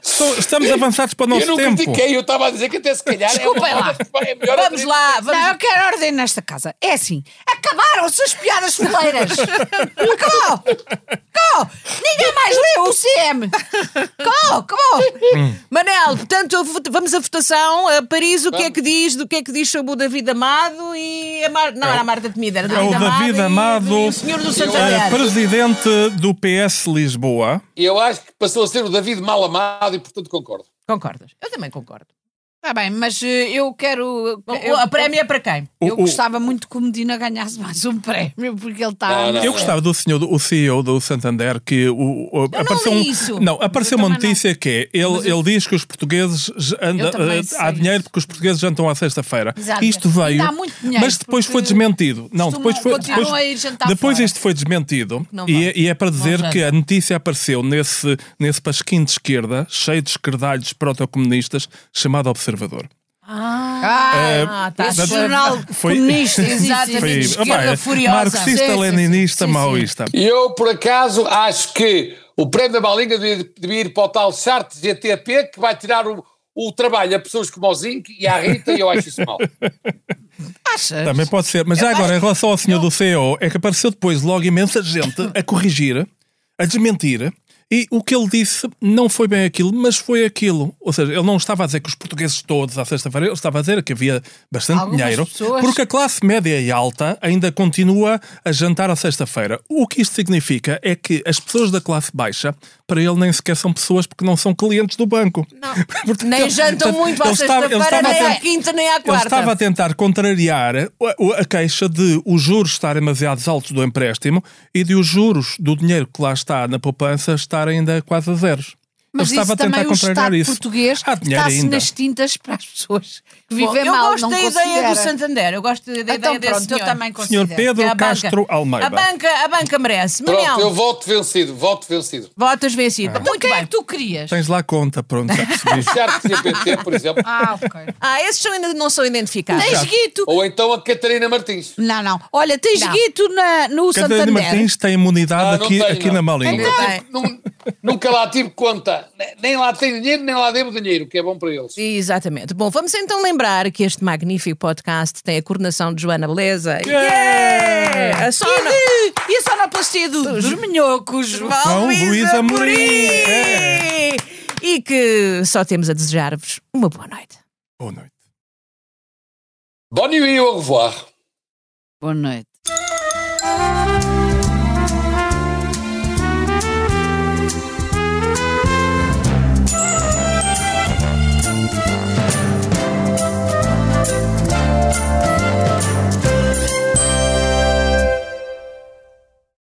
[SPEAKER 2] so- estamos avançados para o
[SPEAKER 4] eu
[SPEAKER 2] nosso
[SPEAKER 4] não
[SPEAKER 2] tempo.
[SPEAKER 4] critiquei, eu estava a dizer que até se calhar é,
[SPEAKER 3] Desculpem
[SPEAKER 4] uma
[SPEAKER 3] lá.
[SPEAKER 4] coisa que é melhor
[SPEAKER 3] Vamos lá, vamos
[SPEAKER 1] Não, eu quero ordem nesta casa. É assim, acabaram-se as piadas fileiras. acabou! Acabou! Ninguém mais lê o CM! Acabou, acabou!
[SPEAKER 3] Oh, Manel, portanto, eu vot- vamos à votação. A Paris, o que é que diz? Do que é que diz sobre o David Amado e a Mar... Não, era a Marta Temida, era
[SPEAKER 2] É o David
[SPEAKER 3] e-
[SPEAKER 2] Amado,
[SPEAKER 3] E, o senhor do
[SPEAKER 2] eh,
[SPEAKER 3] Santander.
[SPEAKER 2] presidente do PS Lisboa.
[SPEAKER 4] Eu acho que passou a ser o David mal amado e portanto concordo.
[SPEAKER 3] Concordas? Eu também concordo. Tá
[SPEAKER 1] Está bem, mas eh, eu quero.
[SPEAKER 3] O-
[SPEAKER 1] Eu,
[SPEAKER 3] a prémio é para quem?
[SPEAKER 2] O-
[SPEAKER 1] eu
[SPEAKER 2] o-
[SPEAKER 1] gostava muito que o Medina ganhasse mais um prémio, porque ele está.
[SPEAKER 4] Não, não.
[SPEAKER 2] Eu gostava do senhor, do- o CEO do Santander, que o, o- apareceu,
[SPEAKER 3] li
[SPEAKER 2] um-
[SPEAKER 3] isso.
[SPEAKER 2] não, apareceu
[SPEAKER 1] Eu
[SPEAKER 2] uma
[SPEAKER 1] também
[SPEAKER 2] notícia que é, ele, ele diz que os portugueses j- anda-
[SPEAKER 1] também
[SPEAKER 2] eh,
[SPEAKER 1] sei
[SPEAKER 2] há dinheiro
[SPEAKER 1] isso.
[SPEAKER 2] porque os portugueses jantam à sexta-feira.
[SPEAKER 1] Exato.
[SPEAKER 2] Isto
[SPEAKER 1] Ainda
[SPEAKER 2] veio,
[SPEAKER 1] há muito dinheiro,
[SPEAKER 2] mas depois foi
[SPEAKER 1] porque
[SPEAKER 2] desmentido.
[SPEAKER 1] costumam-
[SPEAKER 2] Não, depois foi
[SPEAKER 1] continuam
[SPEAKER 2] depois,
[SPEAKER 1] a ir jantar
[SPEAKER 2] depois
[SPEAKER 1] fora.
[SPEAKER 2] isto foi desmentido
[SPEAKER 3] Não
[SPEAKER 2] e,
[SPEAKER 3] vão.
[SPEAKER 2] é- e é para dizer
[SPEAKER 3] jantam.
[SPEAKER 2] que a notícia apareceu nesse nesse pasquim de esquerda, cheio de esquerdalhos protocomunistas, chamado Observador.
[SPEAKER 1] Ah,
[SPEAKER 3] Ah, tá.
[SPEAKER 1] esse
[SPEAKER 2] É, mas-
[SPEAKER 1] jornal
[SPEAKER 2] foi-
[SPEAKER 1] comunista, exato,
[SPEAKER 3] Foi-
[SPEAKER 1] de
[SPEAKER 2] opá,
[SPEAKER 1] esquerda
[SPEAKER 2] é
[SPEAKER 1] furiosa. Sim, sim,
[SPEAKER 2] marxista,
[SPEAKER 1] sim,
[SPEAKER 2] leninista,
[SPEAKER 1] sim, sim.
[SPEAKER 2] maoísta.
[SPEAKER 4] E Eu, por acaso, acho que o prémio da Malinga devia, devia ir para o tal Chart GTP que vai tirar o, o trabalho a pessoas como o Zinc e à Rita e eu acho isso mal.
[SPEAKER 1] Achas?
[SPEAKER 2] Também pode ser. Mas já agora, em relação ao senhor do CEO, é que apareceu depois logo imensa gente a corrigir, a desmentir. E o que ele disse não foi bem aquilo, mas foi aquilo. Ou seja, ele não estava a dizer que os portugueses todos, à sexta-feira, ele estava a dizer que havia bastante
[SPEAKER 1] Algumas
[SPEAKER 2] dinheiro.
[SPEAKER 1] pessoas.
[SPEAKER 2] Porque a classe média e alta ainda continua a jantar à sexta-feira. O que isto significa é que as pessoas da classe baixa, para ele, nem sequer são pessoas porque não são clientes do banco. Portanto,
[SPEAKER 3] Nem jantam
[SPEAKER 2] portanto,
[SPEAKER 3] muito à
[SPEAKER 2] ele estava- ele
[SPEAKER 3] sexta-feira,
[SPEAKER 2] estava a
[SPEAKER 3] nem à
[SPEAKER 2] tentar-
[SPEAKER 3] quinta, nem à
[SPEAKER 2] ele
[SPEAKER 3] quarta.
[SPEAKER 2] estava a tentar contrariar a, a queixa de os juros estarem demasiado altos do empréstimo e de os juros do dinheiro que lá está na poupança estarem ainda quase a zeros.
[SPEAKER 1] Mas
[SPEAKER 2] Ele estava
[SPEAKER 1] isso
[SPEAKER 2] a tentar
[SPEAKER 1] também o
[SPEAKER 2] contrariar
[SPEAKER 1] Estado
[SPEAKER 2] isso.
[SPEAKER 1] português
[SPEAKER 2] Há dinheiro
[SPEAKER 1] está-se
[SPEAKER 2] ainda.
[SPEAKER 1] nas tintas para as pessoas que
[SPEAKER 3] Bom,
[SPEAKER 1] vivem
[SPEAKER 3] eu
[SPEAKER 1] mal,
[SPEAKER 3] gosto
[SPEAKER 1] não
[SPEAKER 3] da ideia
[SPEAKER 1] considera.
[SPEAKER 3] do Santander, eu gosto da ideia
[SPEAKER 1] Então
[SPEAKER 3] desse
[SPEAKER 1] pronto, eu
[SPEAKER 3] senhor.
[SPEAKER 1] também
[SPEAKER 2] Senhor
[SPEAKER 1] considero.
[SPEAKER 2] Pedro
[SPEAKER 3] É a banca.
[SPEAKER 2] Castro Almeida.
[SPEAKER 3] A banca, a banca merece. Manel,
[SPEAKER 4] Pronto, eu voto vencido, voto vencido.
[SPEAKER 3] votas vencido.
[SPEAKER 1] Então
[SPEAKER 3] Muito
[SPEAKER 1] quem é
[SPEAKER 3] bem.
[SPEAKER 1] que tu querias?
[SPEAKER 2] Tens lá conta, pronto, já percebi.
[SPEAKER 4] Chart GPT, por exemplo,
[SPEAKER 1] Ah, ok.
[SPEAKER 3] Ah, esses são ainda não são identificados.
[SPEAKER 1] Tens
[SPEAKER 2] Exato.
[SPEAKER 1] guito.
[SPEAKER 4] ou então a Catarina Martins.
[SPEAKER 1] Não, não. Olha, tens
[SPEAKER 3] Não.
[SPEAKER 1] guito na, no
[SPEAKER 2] Catarina
[SPEAKER 1] Santander.
[SPEAKER 2] Martins tem imunidade
[SPEAKER 4] Ah, não
[SPEAKER 2] aqui,
[SPEAKER 4] tenho,
[SPEAKER 2] aqui
[SPEAKER 4] não.
[SPEAKER 2] na Malinha.
[SPEAKER 3] Então-
[SPEAKER 4] Nunca, nun- nunca lá tive conta. Nem- Nem lá tenho dinheiro, nem lá devo dinheiro, o que é bom para eles.
[SPEAKER 3] Exatamente. Bom, vamos então lembrar que este magnífico podcast tem a coordenação de Joana Beleza.
[SPEAKER 2] Yeah!
[SPEAKER 3] Yeah! A Sona.
[SPEAKER 1] E, de, e a sonoplastia do, dos minhocos.
[SPEAKER 2] João Luís Amorim. É.
[SPEAKER 3] E que só temos a desejar-vos uma boa noite.
[SPEAKER 2] Boa noite.
[SPEAKER 4] Bonne nuit, au revoir.
[SPEAKER 1] Boa noite.